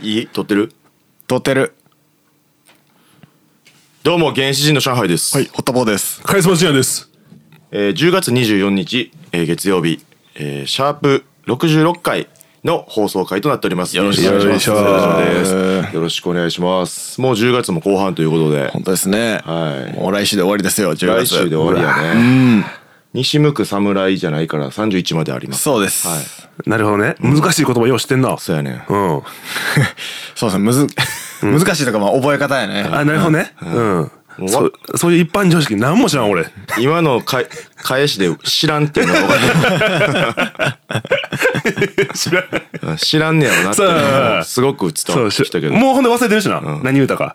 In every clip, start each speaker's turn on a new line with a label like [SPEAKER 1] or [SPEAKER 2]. [SPEAKER 1] いい撮ってる
[SPEAKER 2] 撮ってる
[SPEAKER 1] どうも原始人の上海です、
[SPEAKER 2] はいホットボーです
[SPEAKER 3] カリスマジアです。
[SPEAKER 1] えー10月24日、えー月曜日、えーシャープ66回の放送回となっておりますよろ
[SPEAKER 2] しくお願いします
[SPEAKER 1] よろしくお願いしますもう10月も後半ということで
[SPEAKER 2] 本当ですね
[SPEAKER 1] はい
[SPEAKER 2] もう来週で終わりですよ10
[SPEAKER 1] 来
[SPEAKER 2] 月
[SPEAKER 1] 週で終わりやね西向く侍じゃないから31まであります
[SPEAKER 2] そうです、
[SPEAKER 1] はい
[SPEAKER 3] なるほどね。難しい言葉よう知ってんな。
[SPEAKER 1] そうやね
[SPEAKER 3] うん。
[SPEAKER 2] そうですねむず難しいとかまあ覚え方やね
[SPEAKER 3] あ、なるほどね。うん。
[SPEAKER 1] わ
[SPEAKER 3] そうそういう一般常識なんも知らん俺。
[SPEAKER 1] 今のか返しで知らんっていう のが分かる
[SPEAKER 3] 知らん。
[SPEAKER 1] うん知らんねやろなっていうのがすごく伝
[SPEAKER 3] そ
[SPEAKER 1] わ
[SPEAKER 3] う
[SPEAKER 1] ってきたけど
[SPEAKER 3] もうほんで忘れてるしな。何言うたか。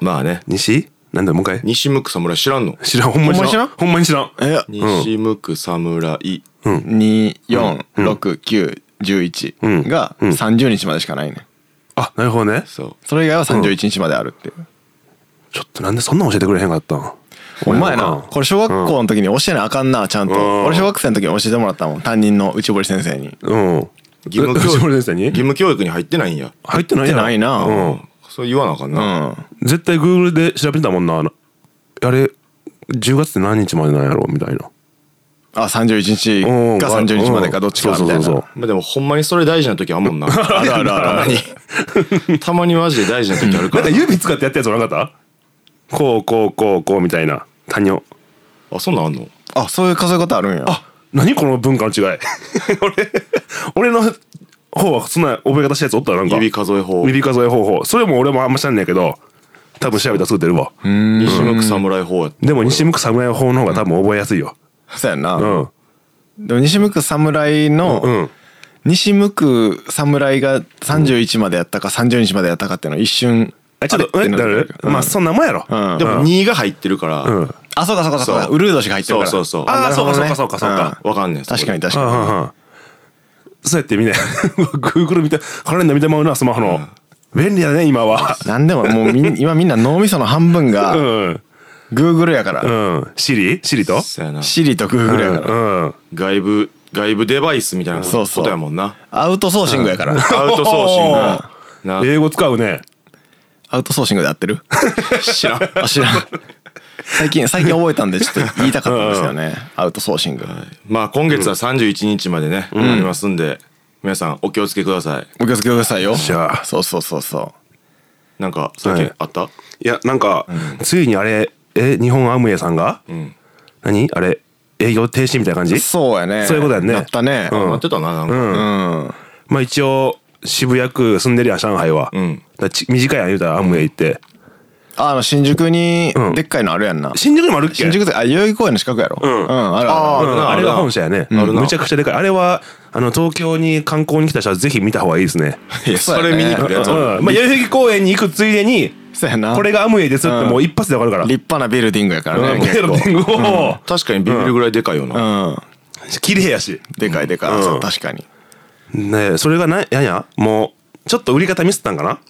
[SPEAKER 1] まあね
[SPEAKER 3] 西なんだもう一回。
[SPEAKER 1] 西向く侍知らんの
[SPEAKER 3] 知らん。ほんまに知らん。ほんまに知らん。
[SPEAKER 2] え
[SPEAKER 1] 西向く侍
[SPEAKER 2] 24691が30日までしかないね
[SPEAKER 3] あ、なるほどね。
[SPEAKER 1] そう
[SPEAKER 2] それ以外は31日まであるっていう
[SPEAKER 3] ちょっとなんでそんなん教えてくれへんかったん
[SPEAKER 2] お前
[SPEAKER 3] う
[SPEAKER 2] なんこれ小学校の時に教えなあかんなちゃんと
[SPEAKER 3] ん
[SPEAKER 2] 俺小学生の時に教えてもらったもん担任の内堀先生に
[SPEAKER 3] うん。
[SPEAKER 1] 義務教育
[SPEAKER 3] 先生に
[SPEAKER 1] 義務教育に入ってないんや
[SPEAKER 3] 入ってない
[SPEAKER 2] 入
[SPEAKER 3] や
[SPEAKER 2] ってないな
[SPEAKER 3] うん。
[SPEAKER 1] そう言わなあかん
[SPEAKER 2] う
[SPEAKER 1] な、
[SPEAKER 2] ん
[SPEAKER 3] 絶対 Google で調べてたもんな。あのあれ、10月って何日までなんやろみたいな。
[SPEAKER 2] あ31日か30日までかどっちかみたいな
[SPEAKER 1] まあ、でもほんまにそれ大事な時あんもんなあるあるあるたまにたまにマジで大事な時あるか
[SPEAKER 3] なんから指使ってやったやつおらんかったこうこうこうこうみたいな他人
[SPEAKER 1] あそんなんあんの
[SPEAKER 2] あそういう数え方あるんや
[SPEAKER 3] 何この文化の違い俺俺の方はそんな覚え方したやつおったらなんか
[SPEAKER 1] 指数え法
[SPEAKER 3] 指数え方法それも俺もあんま知らんねんけど多分調べたらすぐ出るわ
[SPEAKER 1] 西向く侍法やって
[SPEAKER 3] でも西向く侍法の方が多分覚えやすいよ
[SPEAKER 2] そうやんな、
[SPEAKER 3] うん
[SPEAKER 2] でも西向く侍の、
[SPEAKER 3] うん
[SPEAKER 2] 西向く侍が31までやったか30日までやったかっていうのは一瞬
[SPEAKER 3] えちょっと
[SPEAKER 2] あれ
[SPEAKER 3] え
[SPEAKER 2] て
[SPEAKER 3] な
[SPEAKER 2] なる
[SPEAKER 3] るまあそんなもんやろ
[SPEAKER 2] うん
[SPEAKER 1] でも2が入ってるから、
[SPEAKER 3] うんうん
[SPEAKER 2] あそうかそうかそうか
[SPEAKER 1] そう
[SPEAKER 2] ウルードしが入ってるから
[SPEAKER 1] そうそうそう
[SPEAKER 3] あ
[SPEAKER 2] なるほどね
[SPEAKER 3] そうかそうかそうかそうか
[SPEAKER 1] わかんねんそこで
[SPEAKER 2] 確かに確
[SPEAKER 3] う
[SPEAKER 2] か
[SPEAKER 3] んうんそうやってみん な Google 見てカレンダー見てまうなスマホの便利だね今は
[SPEAKER 2] に何でももうみん 今みんな脳みその半分
[SPEAKER 3] う
[SPEAKER 2] が
[SPEAKER 3] ん
[SPEAKER 2] Google やから、
[SPEAKER 3] うんシリシリと
[SPEAKER 1] そうやな
[SPEAKER 2] Siri と Google やから、
[SPEAKER 3] うんうん
[SPEAKER 1] 外部外部デバイスみたいな
[SPEAKER 2] そ
[SPEAKER 1] こ
[SPEAKER 2] うそう
[SPEAKER 1] とやもんな
[SPEAKER 2] アウトソーシングやから、
[SPEAKER 1] アウトソーシングなな
[SPEAKER 3] 英語使うね
[SPEAKER 2] アウトソーシングで合って る知らんあ知らん最近最近覚えたんでちょっと言いたかったんですよねアウトソーシング、
[SPEAKER 1] まあ今月は31日までね、ありますんで皆さんお気をつけください
[SPEAKER 2] お気をつけくださいよ
[SPEAKER 3] じゃあ
[SPEAKER 2] そうそうそうそう
[SPEAKER 1] なんか最近
[SPEAKER 3] はい
[SPEAKER 1] あった、
[SPEAKER 3] いやなんか、ついにあれえ日本アムウェイさんが、何あれ営業停止みたいな感じ
[SPEAKER 2] そうやね
[SPEAKER 3] そういうことやんね
[SPEAKER 2] なったね
[SPEAKER 1] なってたななんか、
[SPEAKER 2] うん
[SPEAKER 3] まあ一応渋谷区住んでるやん上海は、
[SPEAKER 1] ん
[SPEAKER 3] だからち短いやん言うたらアムウェイって、
[SPEAKER 2] あの新宿に
[SPEAKER 3] うん
[SPEAKER 2] でっかいのあるやんな
[SPEAKER 3] 新宿にもあるっけ
[SPEAKER 2] 新宿ってあ代々木公園の近くやろ
[SPEAKER 3] ん
[SPEAKER 2] うんあるあ
[SPEAKER 1] あ
[SPEAKER 2] る
[SPEAKER 3] う
[SPEAKER 1] る
[SPEAKER 3] ん
[SPEAKER 1] な
[SPEAKER 3] あれが
[SPEAKER 1] るな
[SPEAKER 3] 本社やね、
[SPEAKER 1] うんあるな
[SPEAKER 3] むちゃくちゃでかいあれはあの東京に観光に来た人はぜひ見た方がいいですね、
[SPEAKER 1] いやそれ見に来る
[SPEAKER 3] うん
[SPEAKER 1] やつおる
[SPEAKER 3] まあ代々木公園に行くついでに
[SPEAKER 2] そうやな
[SPEAKER 3] これがアムウェイですってもう一発でわかるから、
[SPEAKER 2] 立派なビルディングやからね
[SPEAKER 3] うん、ケ
[SPEAKER 2] 結
[SPEAKER 3] ロティン
[SPEAKER 2] 構
[SPEAKER 3] グを
[SPEAKER 1] 確かにビビるぐらいでかいよな、
[SPEAKER 2] うん
[SPEAKER 3] 綺麗やし
[SPEAKER 2] でかいでかいそう確かに
[SPEAKER 3] ねえそれがなやんやもうちょっと売り方ミスったんかな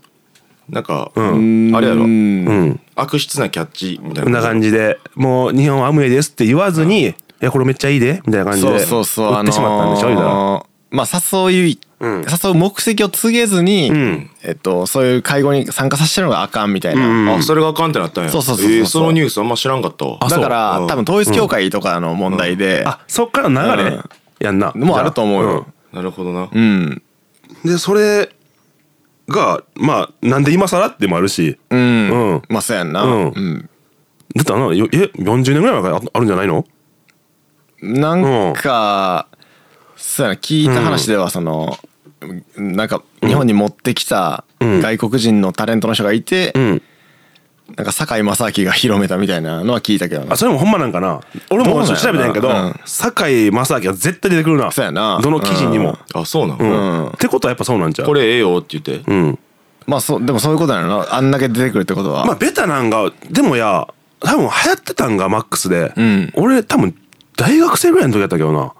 [SPEAKER 1] なんか、
[SPEAKER 3] ん
[SPEAKER 1] あれやろ
[SPEAKER 3] うん
[SPEAKER 1] 悪質なキャッチみたい
[SPEAKER 3] こん
[SPEAKER 1] な
[SPEAKER 3] な感じでもう日本はアムウェイですって言わずに、いやこれめっちゃいいでみたいな感じで
[SPEAKER 2] そうそうそう
[SPEAKER 3] 売ってしまったんでしょ、
[SPEAKER 2] あ
[SPEAKER 3] 言うたら
[SPEAKER 2] のーまあ誘い
[SPEAKER 3] うん
[SPEAKER 2] 誘う目的を告げずに
[SPEAKER 3] ん
[SPEAKER 2] えっとそういう会合に参加させてるのがあかんみたいな
[SPEAKER 1] あそれがあかんってなったんや
[SPEAKER 2] そうそうそうそう
[SPEAKER 1] えーそのニュースあんま知らんかったわ
[SPEAKER 3] あ
[SPEAKER 2] だ
[SPEAKER 3] そう
[SPEAKER 2] から
[SPEAKER 1] うん
[SPEAKER 2] 多分統一教会とかの問題で
[SPEAKER 3] あそっから流れ、
[SPEAKER 2] うん
[SPEAKER 3] やんな
[SPEAKER 2] もうあると思うよ
[SPEAKER 1] なるほどな、
[SPEAKER 2] うん
[SPEAKER 3] じゃあ、うんでそれがまあなんで今更ってもあるし
[SPEAKER 2] うん
[SPEAKER 3] うん
[SPEAKER 2] まあそうやんな
[SPEAKER 3] う
[SPEAKER 2] う
[SPEAKER 3] ん
[SPEAKER 2] ん
[SPEAKER 3] だってあのよえ40年ぐらい前からああるんじゃないの
[SPEAKER 2] なんか、そうやな聞いた話ではその、なんか日本に持ってきた
[SPEAKER 3] ん
[SPEAKER 2] 外国人のタレントの人がいて、
[SPEAKER 3] うん
[SPEAKER 2] なんか堺正章が広めたみたいなのは聞いたけどな
[SPEAKER 3] あそれもほんまなんかな俺
[SPEAKER 2] どう
[SPEAKER 3] も
[SPEAKER 2] なんやろな
[SPEAKER 3] 調べたんやけど、
[SPEAKER 2] うん
[SPEAKER 3] 堺正明は絶対出てくるな
[SPEAKER 2] そうやな
[SPEAKER 3] どの記事にも、
[SPEAKER 1] あそうなの、
[SPEAKER 3] うん
[SPEAKER 2] うん
[SPEAKER 3] ってことはやっぱそうなんちゃう
[SPEAKER 1] これええよって言って、
[SPEAKER 3] うん
[SPEAKER 2] まあそうでもそういうことなのなあんだけ出てくるってことは、
[SPEAKER 3] まあベタなんがでもや多分流行ってたんがマックスで、
[SPEAKER 2] ん
[SPEAKER 3] 俺多分大学生ぐらいの時だったけどな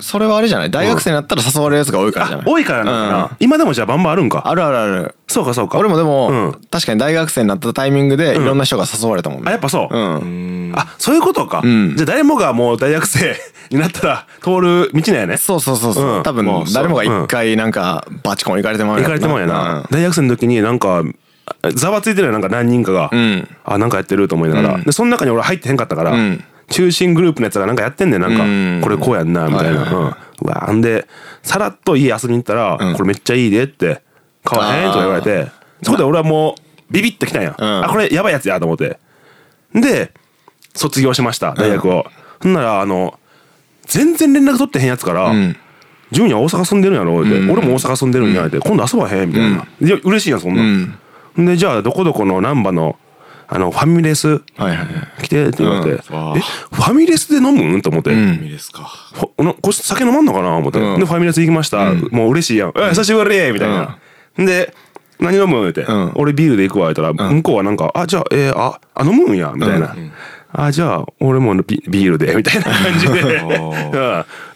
[SPEAKER 2] それはあれじゃない大学生になったら誘われるやつが多いからじゃない、
[SPEAKER 3] 多いからなんかな、
[SPEAKER 2] うん
[SPEAKER 3] 今でもじゃあバンバンあるんか
[SPEAKER 2] あるあるある
[SPEAKER 3] そうかそうか
[SPEAKER 2] 俺もでも、
[SPEAKER 3] うん
[SPEAKER 2] 確かに大学生になったタイミングでいろんな人が誘われたもんね、
[SPEAKER 3] あやっぱそう、
[SPEAKER 2] うん
[SPEAKER 3] あそういうことか、
[SPEAKER 2] ん
[SPEAKER 3] じゃあ誰もがもう大学生になったら通る道なんやね
[SPEAKER 2] そうそうそうそう、
[SPEAKER 3] うん
[SPEAKER 2] 多分
[SPEAKER 1] まあそう
[SPEAKER 2] 誰もが一回なんかバチコン行かれてまう
[SPEAKER 3] 行かれてもんや
[SPEAKER 2] う
[SPEAKER 3] な、
[SPEAKER 2] ん
[SPEAKER 3] 大学生の時になんかざわついてるやんなんか何人かが、
[SPEAKER 2] ん
[SPEAKER 3] あなんかやってると思いながら、
[SPEAKER 2] うん
[SPEAKER 3] でその中に俺入ってへんかったから、
[SPEAKER 2] ん
[SPEAKER 3] 中心グループのやつらなんかやってんねんなんか、
[SPEAKER 2] うん
[SPEAKER 3] これこうやんなみたいな、
[SPEAKER 2] はいはいは
[SPEAKER 3] うんうわんでさらっと家遊びに行ったら、
[SPEAKER 2] ん
[SPEAKER 3] これめっちゃいいでって買わへんとか言われてそこで俺はもうビビッときたんや、
[SPEAKER 2] ん
[SPEAKER 3] あこれやばいやつやと思ってで卒業しました大学を、ほんならあの全然連絡取ってへんやつから「
[SPEAKER 2] ん
[SPEAKER 3] 純也大阪住んでるんやろ」って、俺も大阪住んでるんや」って、今度遊ばへん」みたいな、いや嬉しいやんそんなん、でじゃあどこどこの難波のあのファミレス
[SPEAKER 2] はいはいはい
[SPEAKER 3] 来てって言われて「
[SPEAKER 1] うんわあ
[SPEAKER 3] えファミレスで飲むん?」と思って。
[SPEAKER 1] 意味ですか
[SPEAKER 3] ほなこいつ酒飲まんのかな思って、
[SPEAKER 2] うん
[SPEAKER 3] でファミレス行きました、もう嬉しいやん「え久しぶり!」みたいな、で「何飲む?」言うて、
[SPEAKER 2] ん
[SPEAKER 3] 俺ビールで行くわ」言ったら、向こうはなんか「あじゃあえーああ飲むんや」みたいな「あじゃあ俺もビビールで」みたいな感 じで、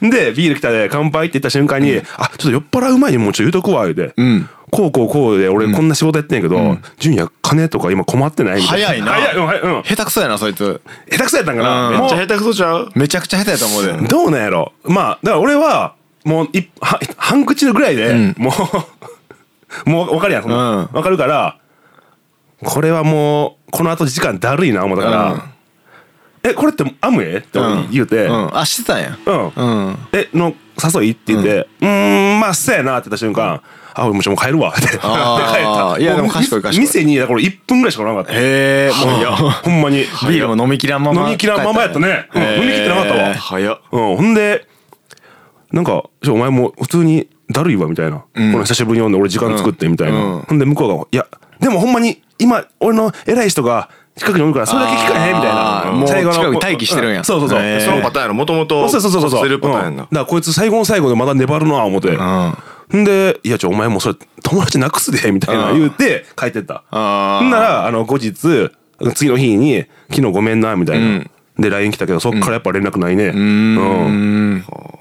[SPEAKER 3] うん、でビール来たで乾杯って言った瞬間に「あちょっと酔っ払う前にもうちょっと言うとくわ」言うて、
[SPEAKER 2] ん
[SPEAKER 3] こうこうこうで俺こんな仕事やってんやけど、純也金とか今困ってないみたいな
[SPEAKER 2] 早いな
[SPEAKER 3] 早い、うん早いうん、
[SPEAKER 2] 下手くそやなそいつ
[SPEAKER 3] 下手くそやったんかな、
[SPEAKER 2] うん
[SPEAKER 1] め
[SPEAKER 3] も
[SPEAKER 1] っ
[SPEAKER 3] う
[SPEAKER 1] ちゃ下手くそちゃう
[SPEAKER 2] めちゃくちゃ下手やと思うで、
[SPEAKER 3] どうなんやろまあだから俺はもういは半口のぐらいで、もう もう分かるやんその、
[SPEAKER 2] うん
[SPEAKER 3] 分かるからこれはもうこの後時間だるいな思ったから「えこれってアムエ?」って俺言うて「
[SPEAKER 2] う
[SPEAKER 3] うん、
[SPEAKER 2] ん、あしてたんやうん
[SPEAKER 3] えの誘い?」って言って「うーんまあそうやな」って言った瞬間「あ俺もうちょっと帰るわ」ってで帰っ
[SPEAKER 2] あー
[SPEAKER 3] た
[SPEAKER 2] いやでも
[SPEAKER 3] もう
[SPEAKER 2] 賢い賢い
[SPEAKER 3] 店にだから1分ぐらいしかなかった
[SPEAKER 2] へえもう
[SPEAKER 3] いやほんまに
[SPEAKER 2] ビールも飲みきらんまま
[SPEAKER 3] 飲みきらんままやったね、うん飲みきってなかったわ、
[SPEAKER 2] へー
[SPEAKER 1] 早っ
[SPEAKER 3] うん、ほんでなんか「ちょお前もう普通にだるいわ」みたいな「この久しぶりに読んで俺時間作って」みたい
[SPEAKER 2] う
[SPEAKER 3] な、
[SPEAKER 2] ん
[SPEAKER 3] ほんで向こうが「いやでもほんまに今俺の偉い人が近くにおるからそれだけ聞かへん」みたい
[SPEAKER 2] あー
[SPEAKER 3] な
[SPEAKER 2] もう
[SPEAKER 3] 最後の
[SPEAKER 2] 近くに待機してるんや
[SPEAKER 3] うそうそうそう、
[SPEAKER 2] へー
[SPEAKER 1] そのパターンやろもともと
[SPEAKER 3] そうそうそうそうそう
[SPEAKER 1] するパターンや
[SPEAKER 3] うんだ
[SPEAKER 1] な
[SPEAKER 3] からこいつ最後の最後でまだ粘るな思って、ん、で「いやちょお前もうそれ友達なくすで」みたいな言うて帰ってった
[SPEAKER 2] あー
[SPEAKER 3] ほんならあの後日次の日に「昨日ごめんな」みたいな、で LINE 来たけどそっからやっぱ連絡ないねうん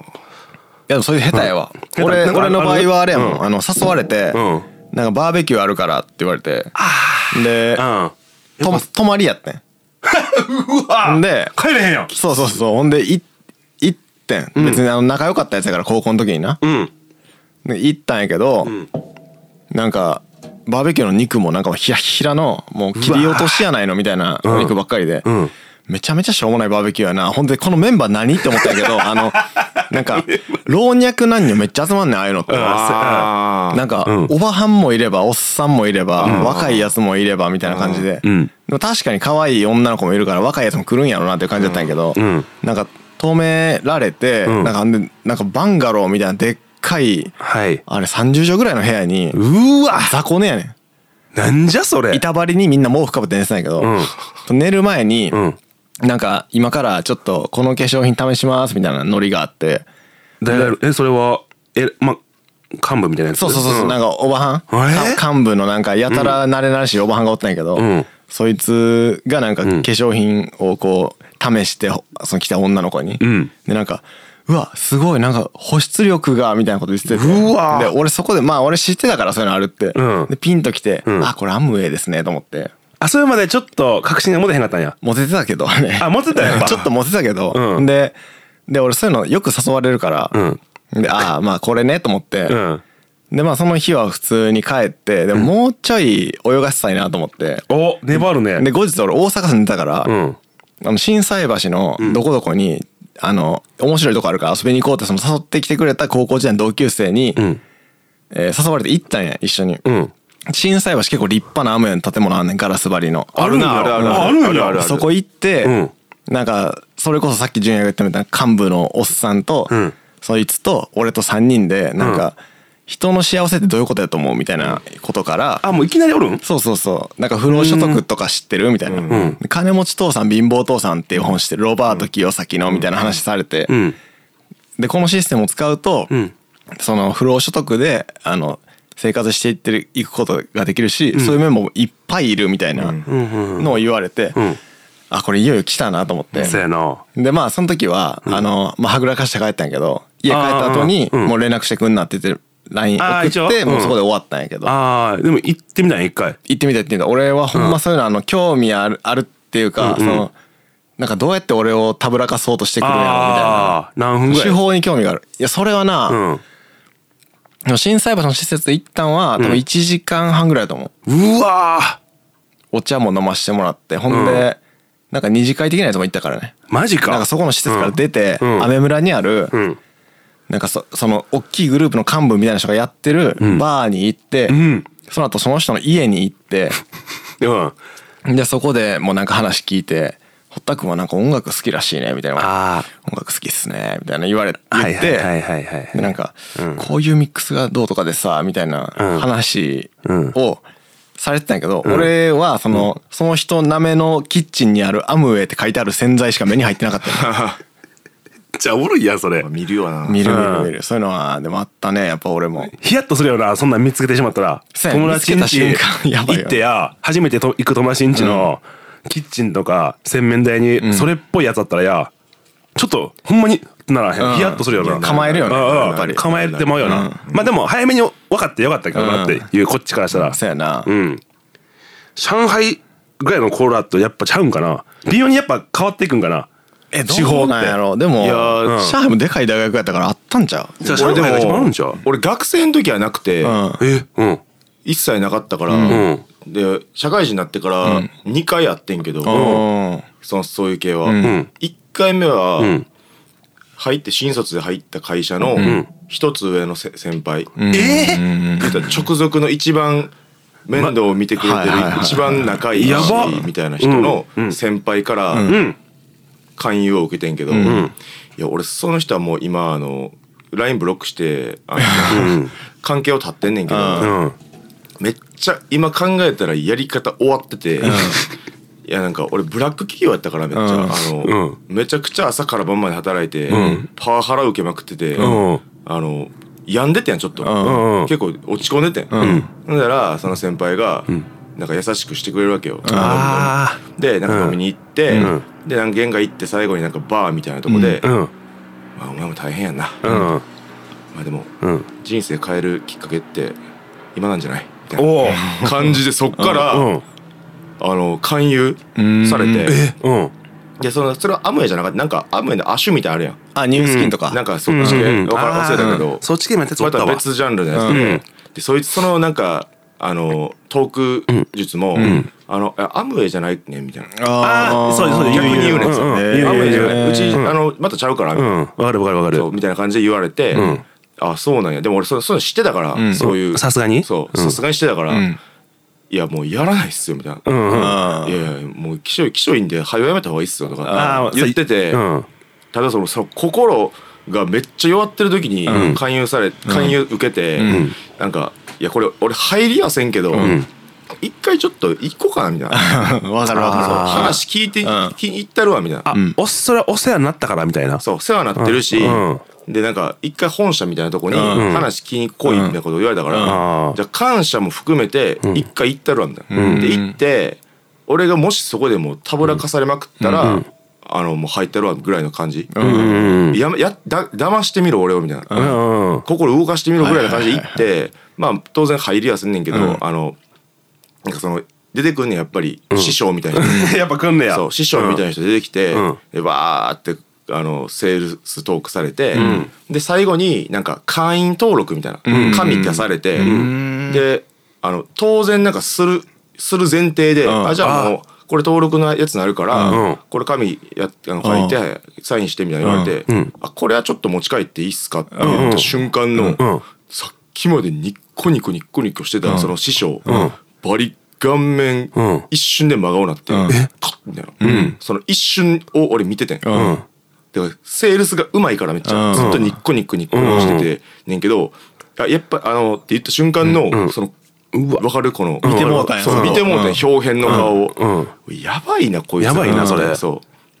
[SPEAKER 2] いやでもそれで下手やわ、
[SPEAKER 3] うん
[SPEAKER 2] 俺
[SPEAKER 3] 下手
[SPEAKER 2] 俺の場合はあれやもん、
[SPEAKER 3] うん
[SPEAKER 2] あの誘われて、
[SPEAKER 3] うん
[SPEAKER 2] なんかバーベキューあるからって言われて、で
[SPEAKER 3] う、ん
[SPEAKER 2] と泊まりやってん
[SPEAKER 3] うわ
[SPEAKER 2] んで
[SPEAKER 3] 帰れへんやん
[SPEAKER 2] そうそうそうほんでい行ってん、別にあの仲良かったやつやから高校の時にな、
[SPEAKER 3] うん
[SPEAKER 2] で行ったんやけど、なんかバーベキューの肉もなんかひらひらのもう切り落としやないのみたいなお肉ばっかりで、
[SPEAKER 3] ん
[SPEAKER 2] めちゃめちゃしょうもないバーベキューやなほんでこのメンバー何って思ったんやけどあのなんか老若男女めっちゃ集まんねんああいうのって。
[SPEAKER 1] あー
[SPEAKER 2] なんか、
[SPEAKER 3] ん
[SPEAKER 2] おばはんもいればおっさんもいれば、若いやつもいればみたいな感じで、
[SPEAKER 3] ん
[SPEAKER 2] でも確かに可愛い女の子もいるから若いやつも来るんやろうなっていう感じだったんやけど、
[SPEAKER 3] ん
[SPEAKER 2] なんか止められて、
[SPEAKER 3] ん
[SPEAKER 2] なんかでなんかバンガローみたいなでっかい
[SPEAKER 3] はい
[SPEAKER 2] あれ30畳ぐらいの部屋に
[SPEAKER 3] うわ
[SPEAKER 2] 雑魚寝やね
[SPEAKER 3] なんじゃそれ
[SPEAKER 2] ん板張りにみんな毛布かぶって寝てたんやけど、寝る前に、
[SPEAKER 3] ん
[SPEAKER 2] なんか今からちょっとこの化粧品試しますみたいなノリがあって
[SPEAKER 3] だえそれはえま幹部みたいなやつ
[SPEAKER 2] そうそうそうそう、なんかおばはん
[SPEAKER 3] え
[SPEAKER 2] か幹部のなんかやたら慣れ慣れしいおばはんがおったんやけど、
[SPEAKER 3] ん
[SPEAKER 2] そいつがなんか化粧品をこう試してほその来た女の子に、
[SPEAKER 3] ん
[SPEAKER 2] でなんか「うわすごいなんか保湿力が」みたいなこと言ってて
[SPEAKER 3] うわ
[SPEAKER 2] で俺そこでまあ俺知ってたからそういうのあるって、
[SPEAKER 3] うん
[SPEAKER 2] でピンときて「あこれアムウェイですね」と思って
[SPEAKER 3] あそれまでちょっと確信が持てへんかったんや
[SPEAKER 2] モテてたけどあれ
[SPEAKER 3] あモテたやっ ぱ
[SPEAKER 2] ちょっとモテてたけど、
[SPEAKER 3] うん
[SPEAKER 2] でで俺そういうのよく誘われるから、でああまあこれねと思って、
[SPEAKER 3] うん
[SPEAKER 2] でまあその日は普通に帰ってでももうちょい泳がせたいなと思って、
[SPEAKER 3] お粘るね
[SPEAKER 2] で後日俺大阪住んでたから、
[SPEAKER 3] うん
[SPEAKER 2] あの心斎橋のどこどこに、あの面白いとこあるから遊びに行こうってその誘ってきてくれた高校時代の同級生に、
[SPEAKER 3] ん
[SPEAKER 2] えー誘われて行ったんや一緒に、
[SPEAKER 3] ん
[SPEAKER 2] 心斎橋結構立派なアムウェイの建物あんねんガラス張りの
[SPEAKER 3] あるんや
[SPEAKER 1] あるある
[SPEAKER 3] あるんや
[SPEAKER 1] あるある
[SPEAKER 2] そこ行って、
[SPEAKER 3] うん
[SPEAKER 2] なんかそれこそさっき純也が言ったみたいな幹部のおっさんと、
[SPEAKER 3] ん
[SPEAKER 2] そいつと俺と3人でなんか、人の幸せってどういうことやと思うみたいなことから、
[SPEAKER 3] あもういきなりおるん
[SPEAKER 2] そうそうそうなんか不労所得とか知ってるみたいな、金持ち父さん貧乏父さんっていう本してるロバート清崎のみたいな話されて、
[SPEAKER 3] ん
[SPEAKER 2] でこのシステムを使うと、その不労所得であの生活していってるいくことができるし、そういう面もいっぱいいるみたいなのを言われて、あこれいよいよ来たなと思って、
[SPEAKER 3] そうやな
[SPEAKER 2] でまあその時は、あの、まあ、はぐらかして帰ったんやけど家帰った後に
[SPEAKER 3] あーうん
[SPEAKER 2] もう連絡してくんなって言って LINE
[SPEAKER 3] あー一
[SPEAKER 2] 送
[SPEAKER 3] 応
[SPEAKER 2] ってもううんそこで終わったんやけど
[SPEAKER 3] あーでも行ってみたいな一回
[SPEAKER 2] 行ってみたいっていうか俺はほんまそういうのあの興味あるあるっていうかそのなんかどうやって俺をたぶらかそうとしてくるんやろみ
[SPEAKER 3] ああ何分
[SPEAKER 2] たい
[SPEAKER 3] ぐ
[SPEAKER 2] な
[SPEAKER 3] らい
[SPEAKER 2] 手法に興味があるいやそれはな、
[SPEAKER 3] うん
[SPEAKER 2] でも心斎橋の施設で一旦は多分1時間半ぐらいだと思う、
[SPEAKER 3] うわー
[SPEAKER 2] お茶も飲ましてもらってほんで、
[SPEAKER 3] うん
[SPEAKER 2] なんか二次会的なやつも行ったからね
[SPEAKER 3] マジか
[SPEAKER 2] なんかそこの施設から出て、
[SPEAKER 3] うんうん
[SPEAKER 2] アメ村にある、
[SPEAKER 3] うん
[SPEAKER 2] なんかそその大きいグループの幹部みたいな人がやってる
[SPEAKER 3] ん
[SPEAKER 2] バーに行って、
[SPEAKER 3] ん
[SPEAKER 2] その後その人の家に行って
[SPEAKER 3] うん
[SPEAKER 2] でそこでもうなんか話聞いて「堀田君はなんか音楽好きらしいね」みたいな
[SPEAKER 3] あ
[SPEAKER 2] 「音楽好きっすね」みたいな言われて
[SPEAKER 3] あはい
[SPEAKER 2] 言っ
[SPEAKER 3] はいはい
[SPEAKER 2] て
[SPEAKER 3] はいはい
[SPEAKER 2] でなんかこういうミックスがどうとかでさみたいな
[SPEAKER 3] うん
[SPEAKER 2] 話
[SPEAKER 3] うん
[SPEAKER 2] をされてたんやけど俺はそのその人なめのキッチンにあるアムウェイって書いてある洗剤しか目に入ってなかった の
[SPEAKER 3] じゃあおもろいやんそれ
[SPEAKER 1] まあ見るよな
[SPEAKER 2] 見る見
[SPEAKER 3] う
[SPEAKER 2] る
[SPEAKER 3] ん
[SPEAKER 2] 見るそういうのはでもあったねやっぱ俺も
[SPEAKER 3] ヒヤッとするよなそんなん見つけてしまったら
[SPEAKER 2] そうやね
[SPEAKER 3] 友達ん
[SPEAKER 2] 見つけ
[SPEAKER 3] ち
[SPEAKER 2] た瞬間やばいよ
[SPEAKER 3] 行ってや初めてと行く友達んちのキッチンとか洗面台にそれっぽいやつあったらやちょっとほんまにならへ
[SPEAKER 2] うん
[SPEAKER 3] んヒヤッとするよ
[SPEAKER 2] いや
[SPEAKER 3] な
[SPEAKER 2] 構えるよね
[SPEAKER 3] うんうん
[SPEAKER 2] やっぱり
[SPEAKER 3] 構えてまうよ
[SPEAKER 2] うん
[SPEAKER 3] なまあでも早めに分かってよかったかなっていうこっちからしたら
[SPEAKER 2] そうやな
[SPEAKER 3] うん上海ぐらいのコーラとやっぱちゃうんかな微妙にやっぱ変わっていくんかな
[SPEAKER 2] えど
[SPEAKER 3] 地方っ
[SPEAKER 2] う
[SPEAKER 3] て
[SPEAKER 2] なんやろうでも
[SPEAKER 1] いや
[SPEAKER 3] ー
[SPEAKER 2] 上海もでかい大学やったからあったんちゃう
[SPEAKER 3] じゃあ上海が一番あるんちゃう
[SPEAKER 1] 俺学生の時はなくて、
[SPEAKER 2] うん
[SPEAKER 3] えうん
[SPEAKER 1] 一切なかったから、
[SPEAKER 3] ん
[SPEAKER 1] で社会人になってから2回あってんけど、
[SPEAKER 2] うん
[SPEAKER 1] そのそういう系は、
[SPEAKER 3] ん
[SPEAKER 1] 1回目は、
[SPEAKER 3] ん
[SPEAKER 1] 入って新卒で入った会社の一つ上のせ先輩、
[SPEAKER 3] え
[SPEAKER 1] 言うたら直属の一番面倒を見てくれてる
[SPEAKER 2] まはいはいはい
[SPEAKER 1] 一番仲いい
[SPEAKER 3] やば
[SPEAKER 1] みたいな人の先輩から
[SPEAKER 3] ん
[SPEAKER 1] 勧誘を受けてんけど、いや俺その人はもう今あの LINE ブロックしてあの関係を立ってんねんけど、
[SPEAKER 2] うん
[SPEAKER 3] うん
[SPEAKER 1] めっちゃ今考えたらやり方終わってて、いやなんか俺ブラック企業やったからめっちゃ、
[SPEAKER 2] うん
[SPEAKER 1] あのめちゃくちゃ朝から晩まで働いて、パワハラ受けまくってて、
[SPEAKER 3] うん
[SPEAKER 1] あの病んでてんちょっと、
[SPEAKER 3] ん
[SPEAKER 1] 結構落ち込んでてん、うん、だからその先輩が、なんか優しくしてくれるわけよ、
[SPEAKER 3] あ
[SPEAKER 1] でなんか飲みに行って、
[SPEAKER 3] うん
[SPEAKER 1] で何軒か行って最後になんかバーみたいなとこで、
[SPEAKER 3] あうん
[SPEAKER 1] まあ、お前も大変やんな、
[SPEAKER 3] うん
[SPEAKER 1] まあでも
[SPEAKER 3] うん
[SPEAKER 1] 人生変えるきっかけって今なんじゃないみたいな
[SPEAKER 3] おお
[SPEAKER 1] 感じでそっから、
[SPEAKER 3] うん
[SPEAKER 1] あの勧誘されて
[SPEAKER 3] うん
[SPEAKER 1] でそのそれはアムウェイじゃなかったなんかアムウェイの亜種みたいなのあるやん
[SPEAKER 2] あニュースキンとか
[SPEAKER 1] なんかそっち系、
[SPEAKER 3] うん
[SPEAKER 1] わから
[SPEAKER 3] あ
[SPEAKER 1] 忘
[SPEAKER 3] ー
[SPEAKER 1] れたけど、
[SPEAKER 3] そっち系もやったやつお
[SPEAKER 1] ま
[SPEAKER 3] った
[SPEAKER 1] た
[SPEAKER 3] わ
[SPEAKER 1] 別ジャンルのやつで,、
[SPEAKER 3] うん
[SPEAKER 1] でそいつそのなんかあのトーク術も、あのあアムウェイじゃないねみたいな、
[SPEAKER 3] あーそうですそうです
[SPEAKER 1] 逆に言うねん
[SPEAKER 3] うんうん
[SPEAKER 1] そう
[SPEAKER 3] 言う
[SPEAKER 1] アムウェイじゃ
[SPEAKER 3] 言う
[SPEAKER 1] な
[SPEAKER 3] 言
[SPEAKER 1] いううち、
[SPEAKER 3] うん
[SPEAKER 1] あのまたちゃうから、
[SPEAKER 3] うんわかるわかるわか
[SPEAKER 1] そう
[SPEAKER 3] る
[SPEAKER 1] みたいな感じで言われて、
[SPEAKER 3] ん
[SPEAKER 1] あそうなんやでも俺そそういうの知ってたから、そういう
[SPEAKER 3] さすがに
[SPEAKER 1] そう
[SPEAKER 3] うん
[SPEAKER 1] さすがにしてたから、
[SPEAKER 2] ん
[SPEAKER 1] いやもうやらないっすよみたいな、
[SPEAKER 3] うんうんあ
[SPEAKER 2] あ
[SPEAKER 1] い
[SPEAKER 2] ー
[SPEAKER 1] やいやもう気象気象院で早やめた方がいいっすよと
[SPEAKER 3] あ
[SPEAKER 1] か
[SPEAKER 3] ー
[SPEAKER 1] 言ってて、
[SPEAKER 3] うん
[SPEAKER 1] ただそのその心がめっちゃ弱ってる時に勧誘され、勧誘受けて、なんかいやこれ俺入りはせんけど、一回ちょっと行こうかなみたいな
[SPEAKER 2] わかるわ
[SPEAKER 1] そう
[SPEAKER 2] か
[SPEAKER 1] 話聞いて、聞いったるわみたいな
[SPEAKER 3] あおそれはお世話になったからみたいな
[SPEAKER 1] そう世話になってるし、
[SPEAKER 3] うん
[SPEAKER 1] でなんか一回本社みたいなとこに
[SPEAKER 2] うん
[SPEAKER 1] 話聞きに来いみたいなこと言われたから、
[SPEAKER 3] うん
[SPEAKER 1] じゃあ感謝も含めて一回行ったるわみたいな。
[SPEAKER 2] うん
[SPEAKER 1] で行って俺がもしそこでもうたぶらかされまくったら、あのもう入ったるわぐらいの感じ、
[SPEAKER 3] うんうん
[SPEAKER 1] やめやだ騙してみろ俺をみたいな、
[SPEAKER 3] うんうん
[SPEAKER 1] 心動かしてみろぐらいの感じで行って、まあ当然入りはすんねんけど、あのなんかその出てくんねんやっぱり師匠みたいな人、
[SPEAKER 3] やっぱ来んねや
[SPEAKER 1] そう師匠みたいな人出てきて、
[SPEAKER 3] うん
[SPEAKER 1] でバーってあのセールストークされて、で最後になんか会員登録みたいな紙出されて、であの当然なんかするする前提で、
[SPEAKER 2] ん
[SPEAKER 1] あじゃあもうこれ登録のやつになるから、
[SPEAKER 3] うん
[SPEAKER 1] これ紙やあの書いてサインしてみたいな言われて、
[SPEAKER 3] ん
[SPEAKER 1] あこれはちょっと持ち帰っていいっすかって言った瞬間の、
[SPEAKER 3] うん
[SPEAKER 1] さっきまでニッコニコニッコニコしてた、その師匠、バリ顔面、
[SPEAKER 3] うん
[SPEAKER 1] 一瞬で真顔なって、えカッみたいな、その一瞬を俺見ててん、
[SPEAKER 2] ん
[SPEAKER 1] だからセールスがうまいからめっちゃ、
[SPEAKER 2] うん
[SPEAKER 1] ずっとニッコニッコニッコしててねんけど、あやっぱあのって言った瞬間の、そのわかるこの見
[SPEAKER 2] てもうたんや
[SPEAKER 1] 見てもうたんや
[SPEAKER 2] う
[SPEAKER 1] 表現の顔を、
[SPEAKER 3] うん
[SPEAKER 1] やばいなこいつ
[SPEAKER 3] やばいなそれ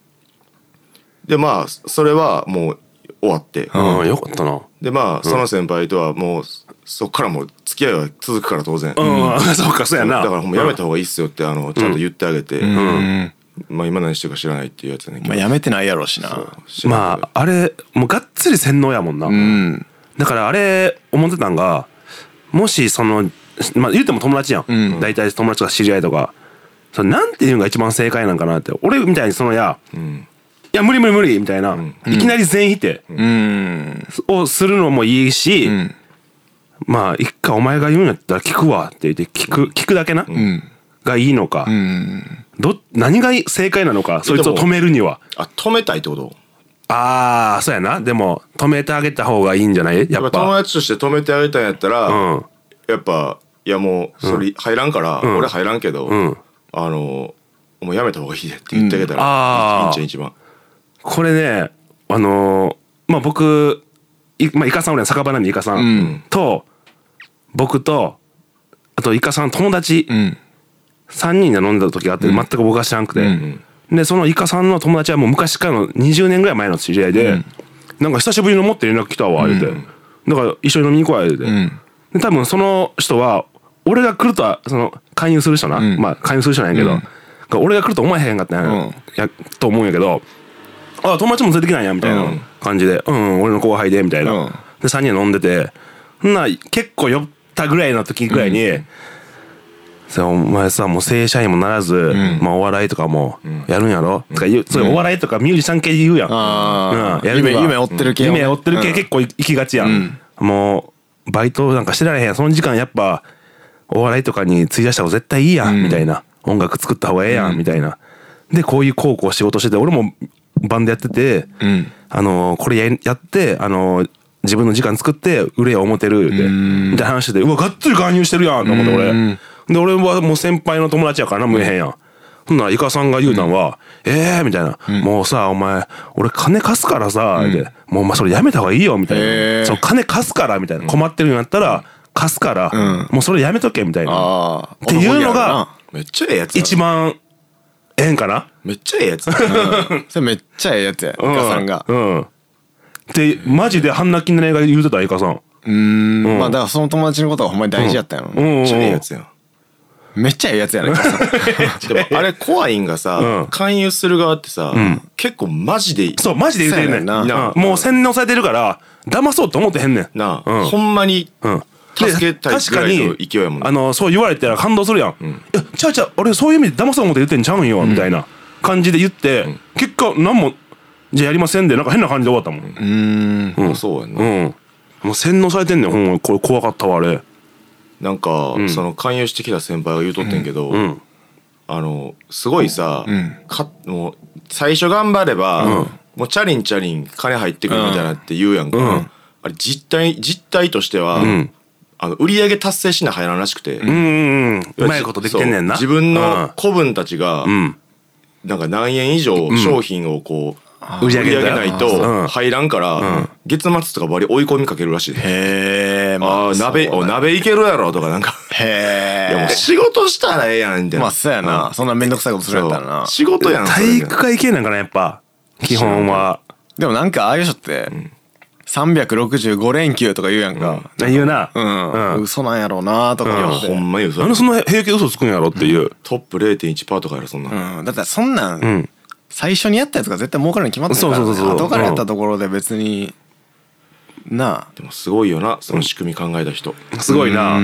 [SPEAKER 1] そうでまあそれはもう終わって、
[SPEAKER 3] うんよかったな
[SPEAKER 1] でまあその先輩とはもうそっからもう付き合いは続くから当然、
[SPEAKER 3] うん そうかそうやな
[SPEAKER 1] だからもうやめた方がいいっすよってあのちゃんと言ってあげて、
[SPEAKER 2] うん
[SPEAKER 1] まあ今何してるか知らないっていうやつやねんけ
[SPEAKER 2] ま
[SPEAKER 1] ど
[SPEAKER 2] あやめてないやろうしな
[SPEAKER 1] 知らんけど
[SPEAKER 3] まああれもうがっつり洗脳やもんな
[SPEAKER 2] うん
[SPEAKER 3] だからあれ思ってたんがもしそのまあ言うても友達やん、大体友達とか知り合いとかそれなんていうのが一番正解なんかなって俺みたいにそのや、いや無理無理無理みたいな、いきなり全否定
[SPEAKER 2] うん
[SPEAKER 3] をするのもいいし、まあ一回お前が言うんやったら聞くわって言って聞く聞くだけな、がいいのか、ど何が正解なのかそいつを止めるには。
[SPEAKER 1] あ止めたいってこと
[SPEAKER 3] ああそうやなでも止めてあげた方がいいんじゃないや
[SPEAKER 1] や
[SPEAKER 3] っ
[SPEAKER 1] っぱ友
[SPEAKER 3] ぱ
[SPEAKER 1] 達として止めてあげたんやったら、
[SPEAKER 3] うん
[SPEAKER 1] やっぱいやもうそれ入らんから、
[SPEAKER 3] ん
[SPEAKER 1] 俺入らんけど、
[SPEAKER 3] ん
[SPEAKER 1] あのもうやめた方がいいでって言ってあげたら、
[SPEAKER 3] うんあ
[SPEAKER 1] い
[SPEAKER 3] ー
[SPEAKER 1] いんちゃん一番
[SPEAKER 3] これねあのーまあ僕い、まあ、イカさん俺は酒場なんでイカさん、と僕とあとイカさんの友達
[SPEAKER 2] うん
[SPEAKER 3] 3人で飲んだ時があって全く僕は知らんくて、でそのイカさんの友達はもう昔からの20年ぐらい前の知り合いで、なんか久しぶりに思って連絡来たわ言うて、だから一緒に飲みに行こうや言うて、で多分その人は俺が来るとはその勧誘する人な、まあ勧誘する人なんやけど、が俺が来ると思えへんかったんや,、
[SPEAKER 2] うん
[SPEAKER 3] やと思うんやけどあ友達も連れてきないやみたいな感じでうん、うん俺の後輩でみたいな、
[SPEAKER 2] うん
[SPEAKER 3] で3人で飲んでてほんなら結構酔ったぐらいの時ぐらいに、さお前さもう正社員もならず、まあ、お笑いとかもやるんやろ、とか言うそういうお笑いとかミュージシャン系で言うやん、
[SPEAKER 2] あ
[SPEAKER 3] う
[SPEAKER 2] ー
[SPEAKER 3] んやるわ
[SPEAKER 2] 夢夢追ってる系
[SPEAKER 3] 夢追ってる系
[SPEAKER 2] うん
[SPEAKER 3] 結構行きがちやん、もうバイトなんかしてられへんその時間やっぱお笑いとかに費やした方が絶対いいやん、みたいな音楽作った方がええやん、みたいなでこういう高校仕事してて俺もバンドやってて、
[SPEAKER 2] ん
[SPEAKER 3] あのーこれややってあのー自分の時間作って売れよ思てるってみたいな話しててうわがっつり勧誘してるやんと思って俺で俺はもう先輩の友達やからなもう言えへんやんほんならイカさんが言うたんは「ええ」みたいな「もうさお前俺金貸すからさ」って「もうお前それやめた方がいいよ」みたいな
[SPEAKER 2] へー
[SPEAKER 3] 「その金貸すから」みたいな困ってるんやったら貸すからもうそれやめとけみたいな
[SPEAKER 2] あー
[SPEAKER 3] っていうのが
[SPEAKER 1] めっちゃええやつだ
[SPEAKER 3] 一番ええんかな
[SPEAKER 1] めっちゃええやつだ
[SPEAKER 2] うんそれめっちゃええやつやイカさんが
[SPEAKER 3] うん。で、マジで半泣きの映画言うてた、イカさん。
[SPEAKER 2] うん
[SPEAKER 3] ん
[SPEAKER 2] まあだからその友達のことはほんまに大事やったよ
[SPEAKER 3] うんうん
[SPEAKER 1] めっちゃええ
[SPEAKER 3] うん
[SPEAKER 1] や。つやん
[SPEAKER 2] めっちゃええやつやねイカさん
[SPEAKER 1] でもあれ怖いんがさ、
[SPEAKER 3] うん
[SPEAKER 1] 勧誘する側ってさ、
[SPEAKER 3] ん
[SPEAKER 1] 結構マジで
[SPEAKER 3] そう、マジで言うてるねん。
[SPEAKER 2] そうやねん
[SPEAKER 1] な
[SPEAKER 3] うんもう洗脳されてるから、騙そうと思ってへんねん。
[SPEAKER 1] なあ、
[SPEAKER 3] うん
[SPEAKER 1] ほんまに
[SPEAKER 3] うん。
[SPEAKER 1] 助
[SPEAKER 3] で
[SPEAKER 1] けたいぐらいの勢いやもん
[SPEAKER 3] あの、そう言われたら感動するやん。いや、ちゃうちゃう、俺そういう意味で騙そう思って言ってんちゃうんよ、みたいな感じで言って、結果、なんも、じゃあやりませんで、なんか変な感じで終わったもん。
[SPEAKER 1] うんそうやんな、
[SPEAKER 3] うん。もう洗脳されてんねん、ほんまこれ怖かったわ、あれ。
[SPEAKER 1] なんか、その勧誘してきた先輩が言うとってんけど、
[SPEAKER 3] うん。
[SPEAKER 1] あのすごいさ、かもう最初頑張れば、もうチャリンチャリン金入ってくるみたいなって言うやんか、
[SPEAKER 3] うん
[SPEAKER 1] あれ実態実態としては、
[SPEAKER 3] ん
[SPEAKER 1] あの売り上げ達成しな入らんらしくて、う
[SPEAKER 3] うんうんうん。うまいことできてんねんな。
[SPEAKER 1] 自分の子分たちが、
[SPEAKER 3] うん。うん。
[SPEAKER 1] なんか何円以上商品をこう、
[SPEAKER 3] 売り
[SPEAKER 1] 売
[SPEAKER 3] 上
[SPEAKER 1] り
[SPEAKER 3] げ
[SPEAKER 1] 上
[SPEAKER 3] た
[SPEAKER 1] げ
[SPEAKER 3] ら
[SPEAKER 1] ない
[SPEAKER 3] うん
[SPEAKER 1] と入らんから、月末とか割り追い込みかけるらしいで。
[SPEAKER 2] へえ
[SPEAKER 1] あ
[SPEAKER 2] ま
[SPEAKER 1] あ
[SPEAKER 2] あ
[SPEAKER 1] 鍋
[SPEAKER 2] そう
[SPEAKER 1] お
[SPEAKER 2] だ
[SPEAKER 1] 鍋いけるやろとかなんかいやも
[SPEAKER 2] へ
[SPEAKER 1] う仕事したらええやんみた
[SPEAKER 2] え
[SPEAKER 1] いな
[SPEAKER 2] まあそうやなそんなめんどくさいことするやったら
[SPEAKER 1] そ
[SPEAKER 2] な
[SPEAKER 1] う仕事やんそれ
[SPEAKER 3] 体育会系なんかな、やっぱ。基本は。
[SPEAKER 2] でもなんかああいう人って365連休とか言うやんか
[SPEAKER 3] あ言うな。
[SPEAKER 2] うん、
[SPEAKER 3] うん
[SPEAKER 2] 嘘なんやろうなとか思って
[SPEAKER 1] ほんまに嘘
[SPEAKER 3] なんでそんな平気で嘘つくんやろっていう。
[SPEAKER 1] トップ0.1%とかやろそんな、
[SPEAKER 2] うん、だってそんなん、
[SPEAKER 3] ん
[SPEAKER 2] 最初にやったやつが絶対儲かるに決まってるから、ね、
[SPEAKER 3] そうそうそうそう
[SPEAKER 2] 後からやったところで別に、な
[SPEAKER 1] でもすごいよなその仕組み考えた人、
[SPEAKER 3] すごいな。